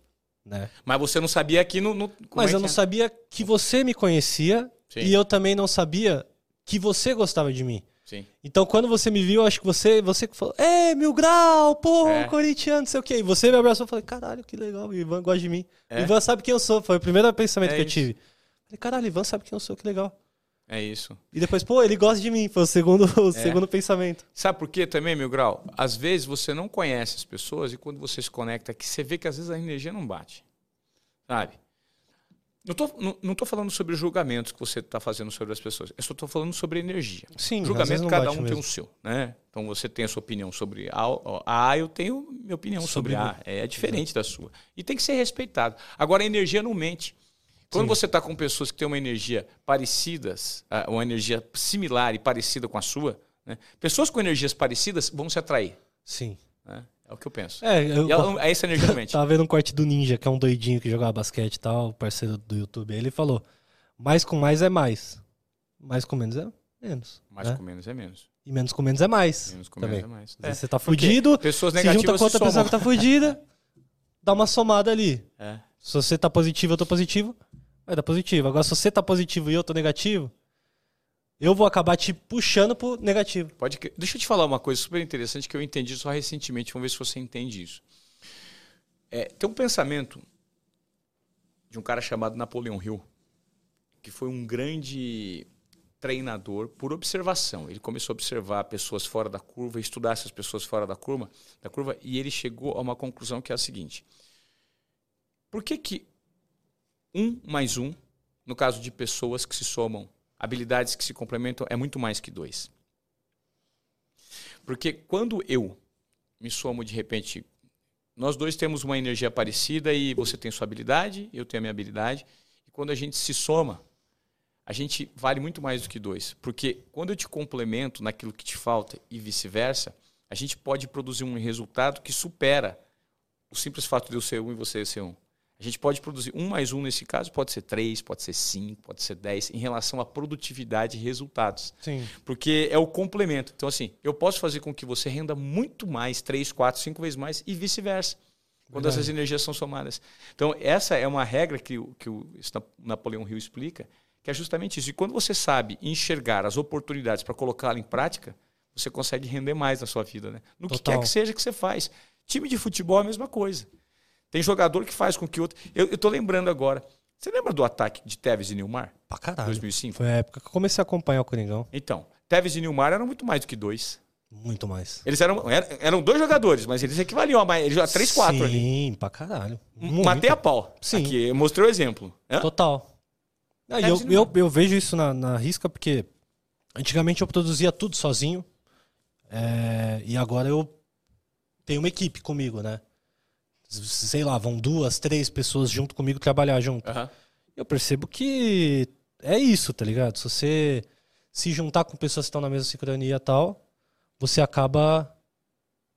[SPEAKER 1] né?
[SPEAKER 2] Mas você não sabia aqui no. no- como
[SPEAKER 1] Mas
[SPEAKER 2] é
[SPEAKER 1] eu
[SPEAKER 2] que
[SPEAKER 1] não
[SPEAKER 2] é?
[SPEAKER 1] sabia que você me conhecia
[SPEAKER 2] Sim.
[SPEAKER 1] e eu também não sabia que você gostava de mim.
[SPEAKER 2] Sim.
[SPEAKER 1] Então, quando você me viu, acho que você, você que falou, é, Mil Grau, porra,
[SPEAKER 2] É.
[SPEAKER 1] corintiano, não sei o quê. E você me abraçou e falei, caralho, que legal, o Ivan gosta de mim. O
[SPEAKER 2] É.
[SPEAKER 1] Ivan sabe quem eu sou, foi o primeiro pensamento
[SPEAKER 2] É
[SPEAKER 1] que eu
[SPEAKER 2] isso.
[SPEAKER 1] tive. Falei, caralho, Ivan sabe quem eu sou, que legal.
[SPEAKER 2] É isso.
[SPEAKER 1] E depois, pô, ele gosta de mim, foi o segundo, <laughs> o
[SPEAKER 2] É.
[SPEAKER 1] segundo pensamento.
[SPEAKER 2] Sabe por quê também, meu grau? Às vezes você não conhece as pessoas e quando você se conecta aqui, você vê que às vezes a energia não bate. Sabe? Não tô, não, não tô falando sobre os julgamentos que você está fazendo sobre as pessoas. Eu só tô falando sobre energia.
[SPEAKER 1] Sim, às vezes
[SPEAKER 2] julgamento,
[SPEAKER 1] não
[SPEAKER 2] cada
[SPEAKER 1] bate
[SPEAKER 2] um tem
[SPEAKER 1] mesmo.
[SPEAKER 2] o seu, né? Então você tem a sua opinião sobre A, ó, A eu tenho minha opinião sobre,
[SPEAKER 1] Sobre
[SPEAKER 2] A. É diferente da sua. E tem que ser respeitado. Agora, a energia não mente. Quando você está com pessoas que têm uma energia parecidas, ah, uma energia similar e parecida com a sua, né? pessoas com energias parecidas vão se atrair.
[SPEAKER 1] Sim.
[SPEAKER 2] né? É o que eu penso.
[SPEAKER 1] É, eu
[SPEAKER 2] E ela- essa energia
[SPEAKER 1] <laughs>
[SPEAKER 2] não mente.
[SPEAKER 1] tava vendo um corte do Ninja, que é um doidinho que jogava basquete e tal, parceiro do YouTube. Ele falou, mais com mais é mais. Mais com menos é menos.
[SPEAKER 2] Mais
[SPEAKER 1] né?
[SPEAKER 2] com menos é menos.
[SPEAKER 1] E menos com menos é mais.
[SPEAKER 2] Menos com
[SPEAKER 1] também.
[SPEAKER 2] menos é mais.
[SPEAKER 1] Às vezes
[SPEAKER 2] É.
[SPEAKER 1] Você tá
[SPEAKER 2] Por quê?
[SPEAKER 1] fudido,
[SPEAKER 2] Pessoas
[SPEAKER 1] se junta
[SPEAKER 2] negativas
[SPEAKER 1] com
[SPEAKER 2] se,
[SPEAKER 1] outra pessoa
[SPEAKER 2] somam.
[SPEAKER 1] que tá
[SPEAKER 2] <laughs>
[SPEAKER 1] fudida, dá uma somada ali.
[SPEAKER 2] É.
[SPEAKER 1] Se você tá positivo, eu tô positivo, vai dar positivo. Agora, se você tá positivo e eu tô negativo, eu vou acabar te puxando pro negativo.
[SPEAKER 2] Pode crer. Deixa eu te falar uma coisa super interessante que eu entendi só recentemente. Vamos ver se você entende isso. É, tem um pensamento de um cara chamado Napoleão Hill, que foi um grande treinador por observação. Ele começou a observar pessoas fora da curva, estudar essas pessoas fora da curva, da curva, e ele chegou a uma conclusão que é a seguinte: por que que um mais um, no caso de pessoas que se somam, habilidades que se complementam, é muito mais que dois? Porque quando eu me somo de repente, nós dois temos uma energia parecida e você tem sua habilidade, eu tenho a minha habilidade, e quando a gente se soma, a gente vale muito mais do que dois. Porque quando eu te complemento naquilo que te falta e vice-versa, a gente pode produzir um resultado que supera o simples fato de eu ser um e você ser um. A gente pode produzir um mais um nesse caso, pode ser três, pode ser cinco, pode ser dez, em relação à produtividade e resultados.
[SPEAKER 1] Sim.
[SPEAKER 2] Porque é o complemento. Então, assim, eu posso fazer com que você renda muito mais, três, quatro, cinco vezes mais e vice-versa. Quando essas energias são somadas. Então, essa é uma regra que, o- que o esse Na- Napoleão Hill explica, que é justamente isso. E quando você sabe enxergar as oportunidades para colocá-la em prática, você consegue render mais na sua vida, né? No que
[SPEAKER 1] Total.
[SPEAKER 2] quer que seja que você faz. Time de futebol é a mesma coisa. Tem jogador que faz com que outro. Eu estou lembrando agora. Você lembra do ataque de Tevez e Nilmar,
[SPEAKER 1] Pra caralho.
[SPEAKER 2] 2005?
[SPEAKER 1] Foi a época que eu comecei a acompanhar o Coringão.
[SPEAKER 2] Então, Tevez e Nilmar eram muito mais do que dois.
[SPEAKER 1] Muito mais.
[SPEAKER 2] Eles eram, era- eram dois jogadores, mas eles equivaliam a mais. Eles já 3, 4 ali. Um,
[SPEAKER 1] Sim, pra caralho. Muito.
[SPEAKER 2] Matei a pau.
[SPEAKER 1] Sim. Então,
[SPEAKER 2] Aqui, eu mostrei o exemplo. É? Hã?
[SPEAKER 1] Total. Ah, e
[SPEAKER 2] Deve
[SPEAKER 1] eu,
[SPEAKER 2] ser
[SPEAKER 1] eu, eu vejo isso na, na risca porque antigamente eu produzia tudo sozinho é, e agora eu tenho uma equipe comigo, né? S- Sei lá, vão duas, três pessoas junto comigo trabalhar junto.
[SPEAKER 2] Aham.
[SPEAKER 1] Eu percebo que é isso, tá ligado? Se você se juntar com pessoas que estão na mesma sincronia e tal, você acaba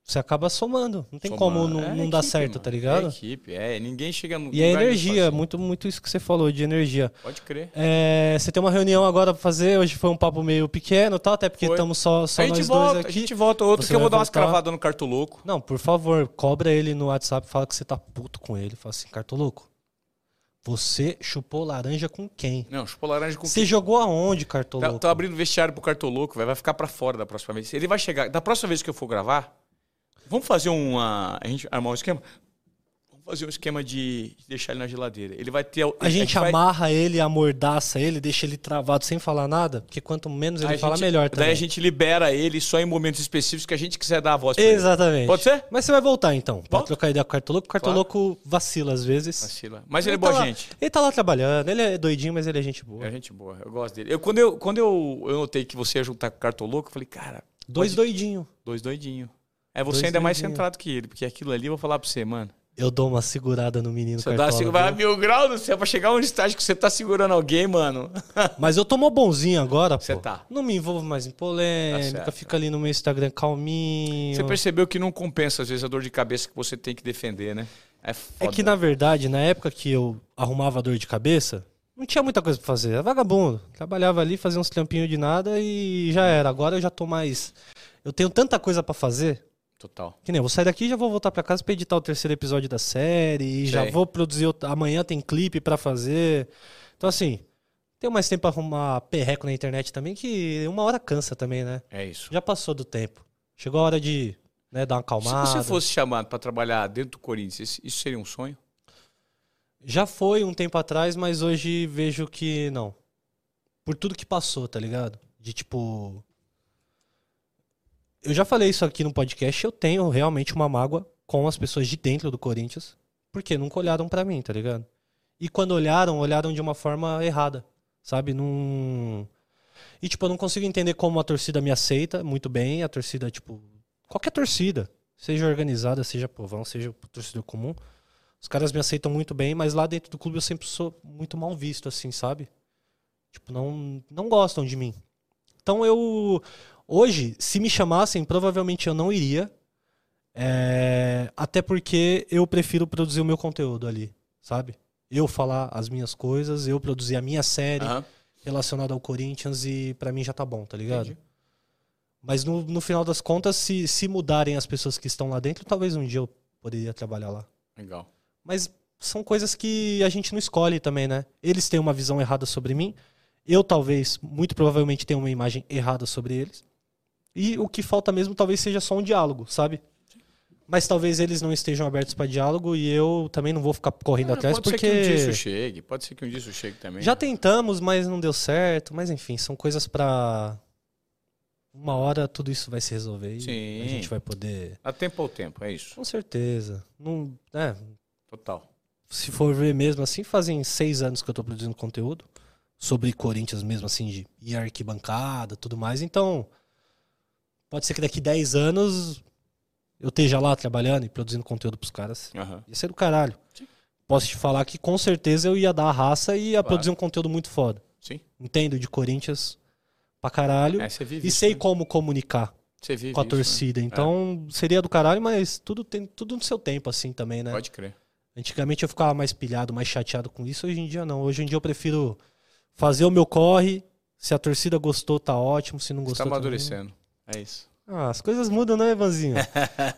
[SPEAKER 1] você acaba somando. Não tem
[SPEAKER 2] Somar.
[SPEAKER 1] como não,
[SPEAKER 2] É
[SPEAKER 1] não dar
[SPEAKER 2] equipe,
[SPEAKER 1] certo,
[SPEAKER 2] mano.
[SPEAKER 1] tá ligado?
[SPEAKER 2] É equipe, é. Ninguém chega no
[SPEAKER 1] e é
[SPEAKER 2] lugar
[SPEAKER 1] energia,
[SPEAKER 2] sozinho.
[SPEAKER 1] muito muito isso que você falou de energia.
[SPEAKER 2] Pode crer.
[SPEAKER 1] É, você tem uma reunião agora pra fazer. Hoje foi um papo meio pequeno, tá? Até porque
[SPEAKER 2] Foi.
[SPEAKER 1] estamos só, só
[SPEAKER 2] a gente
[SPEAKER 1] nós
[SPEAKER 2] volta,
[SPEAKER 1] dois
[SPEAKER 2] a
[SPEAKER 1] aqui.
[SPEAKER 2] gente volta outro
[SPEAKER 1] Você
[SPEAKER 2] que eu vou
[SPEAKER 1] vai
[SPEAKER 2] dar umas
[SPEAKER 1] voltar.
[SPEAKER 2] cravadas no cartoloco.
[SPEAKER 1] Não, por favor, cobra ele no WhatsApp, fala que você tá puto com ele. Fala assim, Cartoloco, você chupou laranja com quem?
[SPEAKER 2] Não, chupou laranja com
[SPEAKER 1] Você jogou aonde,
[SPEAKER 2] Tá,
[SPEAKER 1] Cartoloco?
[SPEAKER 2] tô abrindo vestiário pro cartoloco, vai, vai ficar pra fora da próxima vez. Ele vai chegar. Da próxima vez que eu for gravar, vamos fazer uma. A gente armar um esquema? Vamos fazer um esquema de deixar ele na geladeira. Ele vai ter.
[SPEAKER 1] A gente
[SPEAKER 2] vai-
[SPEAKER 1] amarra ele, amordaça ele, deixa ele travado sem falar nada, porque quanto menos ele
[SPEAKER 2] a
[SPEAKER 1] fala,
[SPEAKER 2] gente-
[SPEAKER 1] melhor
[SPEAKER 2] Daí
[SPEAKER 1] também.
[SPEAKER 2] a gente libera ele só em momentos específicos que a gente quiser dar a voz pra ele.
[SPEAKER 1] Exatamente.
[SPEAKER 2] Pode ser?
[SPEAKER 1] Mas você vai voltar então, pra
[SPEAKER 2] Volto.
[SPEAKER 1] trocar ideia com o Cartoloco. O Cartoloco vacila às vezes.
[SPEAKER 2] Vacila. Mas ele é
[SPEAKER 1] tá
[SPEAKER 2] boa
[SPEAKER 1] lá-
[SPEAKER 2] gente.
[SPEAKER 1] Ele tá lá trabalhando, ele é doidinho, mas ele é gente boa.
[SPEAKER 2] É gente boa. Eu gosto dele. Eu, quando eu, quando eu, eu notei que você ia juntar com o cartoloco, eu falei, cara,
[SPEAKER 1] Dois doidinhos.
[SPEAKER 2] dois doidinhos. É você
[SPEAKER 1] Dois
[SPEAKER 2] ainda mais
[SPEAKER 1] doidinho.
[SPEAKER 2] centrado que ele, porque aquilo ali eu vou falar pra você, mano.
[SPEAKER 1] Eu dou uma segurada no menino
[SPEAKER 2] Você dá
[SPEAKER 1] cartola,
[SPEAKER 2] assim, vai a
[SPEAKER 1] viu?
[SPEAKER 2] mil graus do céu pra chegar a um estágio que você tá segurando alguém, mano.
[SPEAKER 1] Mas eu tô mó bonzinho agora, pô.
[SPEAKER 2] Você tá.
[SPEAKER 1] Não me envolvo mais em
[SPEAKER 2] Tá
[SPEAKER 1] polêmica,
[SPEAKER 2] certo.
[SPEAKER 1] fica ali no meu Instagram calminho.
[SPEAKER 2] Você percebeu que não compensa, às vezes, a dor de cabeça que você tem que defender, né? É foda.
[SPEAKER 1] É que, na verdade, na época que eu arrumava dor de cabeça, não tinha muita coisa pra fazer. Era vagabundo. Trabalhava ali, fazia uns trampinhos de nada e já era. Agora eu já tô mais... Eu tenho tanta coisa pra fazer...
[SPEAKER 2] Total.
[SPEAKER 1] Que nem, eu vou sair daqui e já vou voltar pra casa pra editar o terceiro episódio da série. E já
[SPEAKER 2] Sei.
[SPEAKER 1] vou produzir. outra- Amanhã tem clipe pra fazer. Então, assim, tenho mais tempo pra arrumar perreco na internet também, que uma hora cansa também, né?
[SPEAKER 2] É isso.
[SPEAKER 1] Já passou do tempo. Chegou a hora de né, dar uma
[SPEAKER 2] Se
[SPEAKER 1] acalmada.
[SPEAKER 2] você fosse chamado pra trabalhar dentro do Corinthians, isso- isso seria um sonho?
[SPEAKER 1] Já foi um tempo atrás, mas hoje vejo que não. Por tudo que passou, tá ligado? De tipo. Eu já falei isso aqui no podcast, eu tenho realmente uma mágoa com as pessoas de dentro do Corinthians, porque nunca olharam pra mim, tá ligado? E quando olharam, olharam de uma forma errada, sabe? Num. E, tipo, eu não consigo entender como a torcida me aceita muito bem, a torcida, tipo. Qualquer torcida, seja organizada, seja povão, seja torcedor comum. Os caras me aceitam muito bem, mas lá dentro do clube eu sempre sou muito mal visto, assim, sabe? Tipo, não, não gostam de mim. Então eu. Hoje, se me chamassem, provavelmente eu não iria. É, até porque eu prefiro produzir o meu conteúdo ali, sabe? Eu falar as minhas coisas, eu produzir a minha série
[SPEAKER 2] Aham.
[SPEAKER 1] relacionada ao Corinthians e pra mim já tá bom, tá ligado?
[SPEAKER 2] Entendi.
[SPEAKER 1] Mas no, no final das contas, se, se mudarem as pessoas que estão lá dentro, talvez um dia eu poderia trabalhar lá.
[SPEAKER 2] Legal.
[SPEAKER 1] Mas são coisas que a gente não escolhe também, né? Eles têm uma visão errada sobre mim. Eu, talvez, muito provavelmente, tenha uma imagem errada sobre eles. E o que falta mesmo talvez seja só um diálogo, sabe? Mas talvez eles não estejam abertos para diálogo e eu também não vou ficar correndo
[SPEAKER 2] Ah,
[SPEAKER 1] atrás
[SPEAKER 2] pode ser que um dia isso
[SPEAKER 1] porque
[SPEAKER 2] chegue, pode ser que um dia isso chegue também.
[SPEAKER 1] já tentamos, mas não deu certo. Mas enfim, são coisas pra uma hora tudo isso vai se resolver e
[SPEAKER 2] Sim.
[SPEAKER 1] a gente vai poder.
[SPEAKER 2] A tempo ao tempo, é isso.
[SPEAKER 1] Com certeza. Não, é,
[SPEAKER 2] Total.
[SPEAKER 1] se for ver mesmo assim, fazem seis anos que eu tô produzindo conteúdo sobre Corinthians mesmo, assim, de ir à arquibancada tudo mais. Então, pode ser que daqui 10 anos eu esteja lá trabalhando e produzindo conteúdo pros caras.
[SPEAKER 2] Aham.
[SPEAKER 1] Ia ser do caralho.
[SPEAKER 2] Sim.
[SPEAKER 1] Posso te falar que com certeza eu ia dar a raça e ia
[SPEAKER 2] Claro.
[SPEAKER 1] produzir um conteúdo muito foda.
[SPEAKER 2] Sim.
[SPEAKER 1] Entendo de Corinthians pra caralho.
[SPEAKER 2] É, você vive
[SPEAKER 1] e
[SPEAKER 2] isso,
[SPEAKER 1] sei
[SPEAKER 2] né?
[SPEAKER 1] como comunicar
[SPEAKER 2] Você vive
[SPEAKER 1] com a
[SPEAKER 2] isso, né?
[SPEAKER 1] torcida. Então, seria do caralho, mas tudo tem tudo no seu tempo, assim, também, né?
[SPEAKER 2] Pode crer. tá
[SPEAKER 1] Antigamente eu ficava mais pilhado, mais chateado com isso. Hoje em dia não. Hoje em dia eu prefiro fazer o meu corre. Se a torcida gostou, tá ótimo. Se não
[SPEAKER 2] Você tá
[SPEAKER 1] gostou, também. né?
[SPEAKER 2] amadurecendo. É isso.
[SPEAKER 1] Ah, as coisas mudam, né,
[SPEAKER 2] <laughs>
[SPEAKER 1] Evanzinho?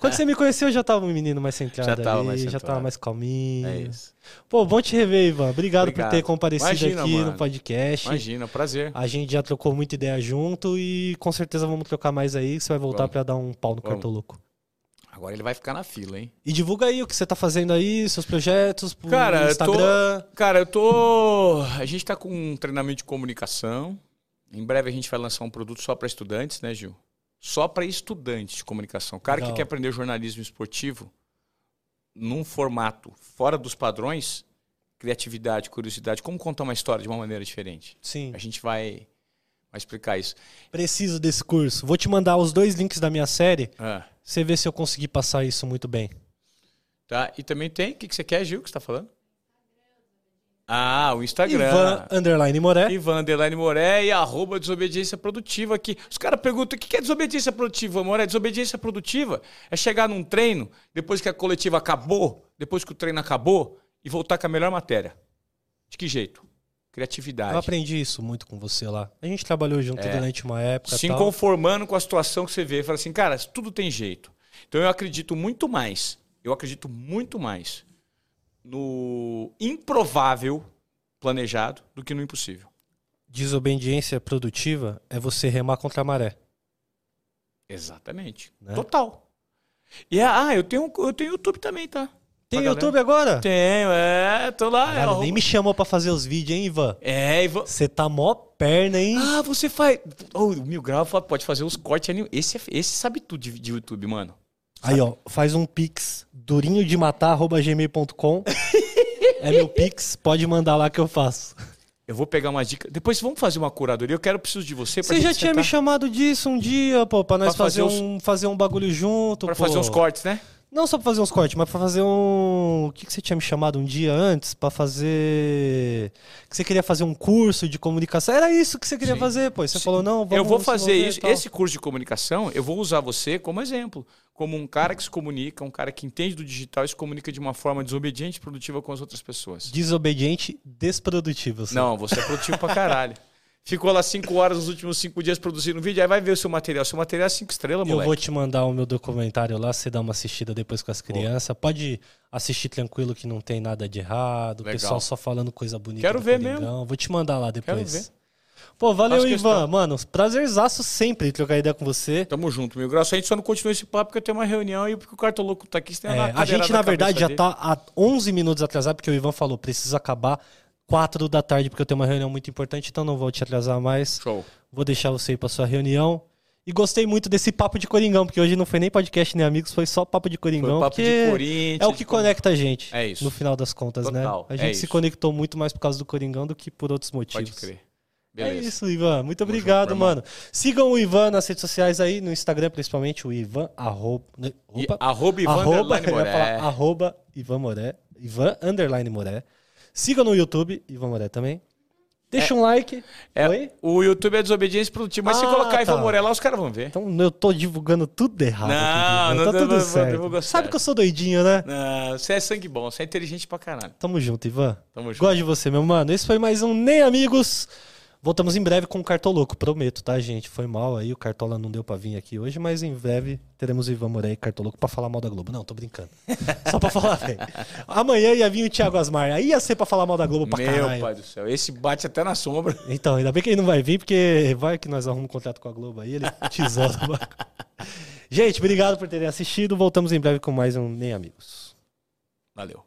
[SPEAKER 1] Quando você me conheceu, eu já tava um menino mais centrado
[SPEAKER 2] Já tava
[SPEAKER 1] ali,
[SPEAKER 2] mais
[SPEAKER 1] já
[SPEAKER 2] centrado.
[SPEAKER 1] tava mais calminho.
[SPEAKER 2] É isso.
[SPEAKER 1] Pô, bom te rever, Ivan. Obrigado,
[SPEAKER 2] Obrigado.
[SPEAKER 1] por ter comparecido
[SPEAKER 2] Imagina,
[SPEAKER 1] aqui no
[SPEAKER 2] mano.
[SPEAKER 1] podcast.
[SPEAKER 2] Imagina, prazer.
[SPEAKER 1] A gente já trocou muita ideia junto e com certeza vamos trocar mais aí. que Você vai voltar
[SPEAKER 2] Vamos.
[SPEAKER 1] pra dar um pau no
[SPEAKER 2] Vamos.
[SPEAKER 1] cartoloco.
[SPEAKER 2] Agora ele vai ficar na fila, hein?
[SPEAKER 1] E divulga aí o que você tá fazendo aí, seus projetos, pro
[SPEAKER 2] Cara, eu tô-
[SPEAKER 1] Instagram.
[SPEAKER 2] Cara, eu tô. A gente tá com um treinamento de comunicação. Em breve a gente vai lançar um produto só para estudantes, né, Gil? Só para estudantes de comunicação. O cara
[SPEAKER 1] Legal.
[SPEAKER 2] que quer aprender jornalismo esportivo num formato fora dos padrões, criatividade, curiosidade, como contar uma história de uma maneira diferente.
[SPEAKER 1] Sim.
[SPEAKER 2] A gente vai, vai explicar isso.
[SPEAKER 1] Preciso desse curso. Vou te mandar os dois links da minha série.
[SPEAKER 2] Ah,
[SPEAKER 1] Você vê se eu consegui passar isso muito bem.
[SPEAKER 2] tá? E também tem. O que, que você quer, Gil, que você tá falando? Ah, o Instagram.
[SPEAKER 1] Ivan Underline
[SPEAKER 2] <laughs>
[SPEAKER 1] Moré.
[SPEAKER 2] Ivan Underline Moré e arroba desobediência produtiva aqui. Os caras perguntam o que que é desobediência produtiva, Moré? Desobediência produtiva é chegar num treino, depois que a coletiva acabou, depois que o treino acabou, e voltar com a melhor matéria. De que jeito?
[SPEAKER 1] Eu
[SPEAKER 2] Criatividade.
[SPEAKER 1] aprendi isso muito com você lá. A gente trabalhou junto durante uma época. e
[SPEAKER 2] Se
[SPEAKER 1] tal.
[SPEAKER 2] conformando É. com a situação que você vê. Fala assim, cara, tudo tem jeito. Então eu acredito muito mais, eu acredito muito mais no improvável planejado do que no impossível.
[SPEAKER 1] Desobediência produtiva é você remar contra a maré.
[SPEAKER 2] Exatamente.
[SPEAKER 1] Né?
[SPEAKER 2] Total. E ah, eu tenho, eu tenho YouTube também, tá?
[SPEAKER 1] Tem
[SPEAKER 2] Pra
[SPEAKER 1] YouTube agora?
[SPEAKER 2] Tenho, é, tô lá. é,
[SPEAKER 1] Caralho, nem me chamou pra fazer os vídeos, hein, Ivan?
[SPEAKER 2] É, e vo-
[SPEAKER 1] Você tá mó perna, hein?
[SPEAKER 2] Ah, você faz. Oh, o Mil Grau fa- pode fazer os cortes ali. Esse, é- esse sabe tudo de, de YouTube, mano.
[SPEAKER 1] Aí, ó, faz um pix durinho de
[SPEAKER 2] <laughs>
[SPEAKER 1] gmail.com. é meu pix, pode mandar lá que eu faço.
[SPEAKER 2] Eu vou pegar umas dicas. Depois vamos fazer uma curadoria. Eu quero preciso de você pra
[SPEAKER 1] Você já
[SPEAKER 2] gente
[SPEAKER 1] tinha me
[SPEAKER 2] sentar
[SPEAKER 1] chamado disso um dia, pô, pra nós
[SPEAKER 2] Pra
[SPEAKER 1] fazer,
[SPEAKER 2] fazer
[SPEAKER 1] um, fazer um bagulho junto.
[SPEAKER 2] pra
[SPEAKER 1] pô.
[SPEAKER 2] fazer uns cortes, né?
[SPEAKER 1] Não só pra fazer uns cortes, mas pra fazer um. O que, que você tinha me chamado um dia antes? Pra fazer. Que você queria fazer um curso de comunicação. Era isso que você queria
[SPEAKER 2] Sim.
[SPEAKER 1] fazer, pô. E Você falou, não, vamos
[SPEAKER 2] eu vou
[SPEAKER 1] se
[SPEAKER 2] fazer
[SPEAKER 1] envolver e
[SPEAKER 2] isso.
[SPEAKER 1] tal.
[SPEAKER 2] Esse curso de comunicação, eu vou usar você como exemplo. Como um cara que se comunica, um cara que entende do digital e se comunica de uma forma desobediente e produtiva com as outras pessoas.
[SPEAKER 1] Desobediente, desprodutivo. assim.
[SPEAKER 2] Não, você é produtivo pra caralho. Ficou lá cinco horas nos últimos cinco dias produzindo vídeo, aí vai ver o seu material. Seu material é cinco estrelas,
[SPEAKER 1] Eu
[SPEAKER 2] moleque.
[SPEAKER 1] vou te mandar o meu documentário lá, você dá uma assistida depois com as crianças. Pode assistir tranquilo que não tem nada de errado. O
[SPEAKER 2] Legal.
[SPEAKER 1] pessoal só falando coisa bonita.
[SPEAKER 2] Quero
[SPEAKER 1] do
[SPEAKER 2] ver
[SPEAKER 1] Coringão. Vou te mandar lá depois.
[SPEAKER 2] Quero ver.
[SPEAKER 1] Pô, valeu,
[SPEAKER 2] Faço
[SPEAKER 1] Ivan.
[SPEAKER 2] questão.
[SPEAKER 1] Mano, prazerzaço sempre trocar ideia com você.
[SPEAKER 2] Tamo junto, meu graça. A gente só não continua esse papo porque eu tenho uma reunião e porque o cartoloco tá aqui. Você tem
[SPEAKER 1] É,
[SPEAKER 2] uma
[SPEAKER 1] a
[SPEAKER 2] cadeirada
[SPEAKER 1] gente, na verdade,
[SPEAKER 2] cabeça
[SPEAKER 1] já
[SPEAKER 2] dele.
[SPEAKER 1] tá há 11 minutos atrasado, porque o Ivan falou, preciso acabar 4 da tarde, porque eu tenho uma reunião muito importante, então não vou te atrasar mais.
[SPEAKER 2] Show.
[SPEAKER 1] Vou deixar você ir pra sua reunião. E gostei muito desse papo de Coringão, porque hoje não foi nem podcast nem amigos, foi só papo de
[SPEAKER 2] Foi
[SPEAKER 1] Coringão.
[SPEAKER 2] o papo
[SPEAKER 1] porque
[SPEAKER 2] de Corinthians.
[SPEAKER 1] É o que
[SPEAKER 2] de-
[SPEAKER 1] conecta a gente.
[SPEAKER 2] É isso.
[SPEAKER 1] No final das contas,
[SPEAKER 2] Total,
[SPEAKER 1] né? A
[SPEAKER 2] é
[SPEAKER 1] gente se
[SPEAKER 2] isso.
[SPEAKER 1] conectou muito mais por causa do Coringão do que por outros motivos.
[SPEAKER 2] Pode crer.
[SPEAKER 1] É
[SPEAKER 2] Beleza.
[SPEAKER 1] isso, Ivan. Muito
[SPEAKER 2] Tamo
[SPEAKER 1] obrigado,
[SPEAKER 2] junto, meu
[SPEAKER 1] mano. Sigam o Ivan nas redes sociais aí, no Instagram principalmente, o Ivan. Arroba, né?
[SPEAKER 2] E
[SPEAKER 1] Opa.
[SPEAKER 2] arroba Ivan
[SPEAKER 1] arroba, <laughs>
[SPEAKER 2] Underline
[SPEAKER 1] eu ia falar,
[SPEAKER 2] Moré.
[SPEAKER 1] arroba Ivan Moré. Ivan Underline Moré. Sigam no YouTube, Ivan Moré também. Deixa um like.
[SPEAKER 2] É,
[SPEAKER 1] Oi?
[SPEAKER 2] o YouTube é desobediência produtiva, mas se
[SPEAKER 1] Ah,
[SPEAKER 2] colocar Ivan
[SPEAKER 1] tá.
[SPEAKER 2] Moré lá, os caras vão ver.
[SPEAKER 1] Então eu tô divulgando tudo errado.
[SPEAKER 2] Não,
[SPEAKER 1] aqui, Ivan.
[SPEAKER 2] não
[SPEAKER 1] tá
[SPEAKER 2] deu-
[SPEAKER 1] tudo
[SPEAKER 2] não
[SPEAKER 1] certo.
[SPEAKER 2] divulgou
[SPEAKER 1] Sabe
[SPEAKER 2] certo.
[SPEAKER 1] que eu sou doidinho, né?
[SPEAKER 2] Não, você é sangue bom, você é inteligente pra caralho.
[SPEAKER 1] Tamo junto, Ivan.
[SPEAKER 2] Tamo junto.
[SPEAKER 1] Gosto de você, meu mano. Esse foi mais um Nem Amigos. Voltamos em breve com o Cartoloco, prometo, tá, gente? Foi mal aí, o Cartola não deu pra vir aqui hoje, mas em breve teremos o Ivan Moreira e Cartoloco pra falar mal da Globo. Não, tô
[SPEAKER 2] <laughs>
[SPEAKER 1] brincando. Só pra falar, velho. Amanhã ia vir o Thiago Asmar. Aí ia ser pra falar mal da Globo pra
[SPEAKER 2] Meu
[SPEAKER 1] caralho.
[SPEAKER 2] pai do céu, esse bate até na sombra.
[SPEAKER 1] Então, ainda bem que ele não vai vir, porque vai que nós arrumamos um contrato com a Globo aí, ele
[SPEAKER 2] <laughs>
[SPEAKER 1] tesoura. gente, obrigado por terem assistido. Voltamos em breve com mais um Nem Amigos.
[SPEAKER 2] Valeu.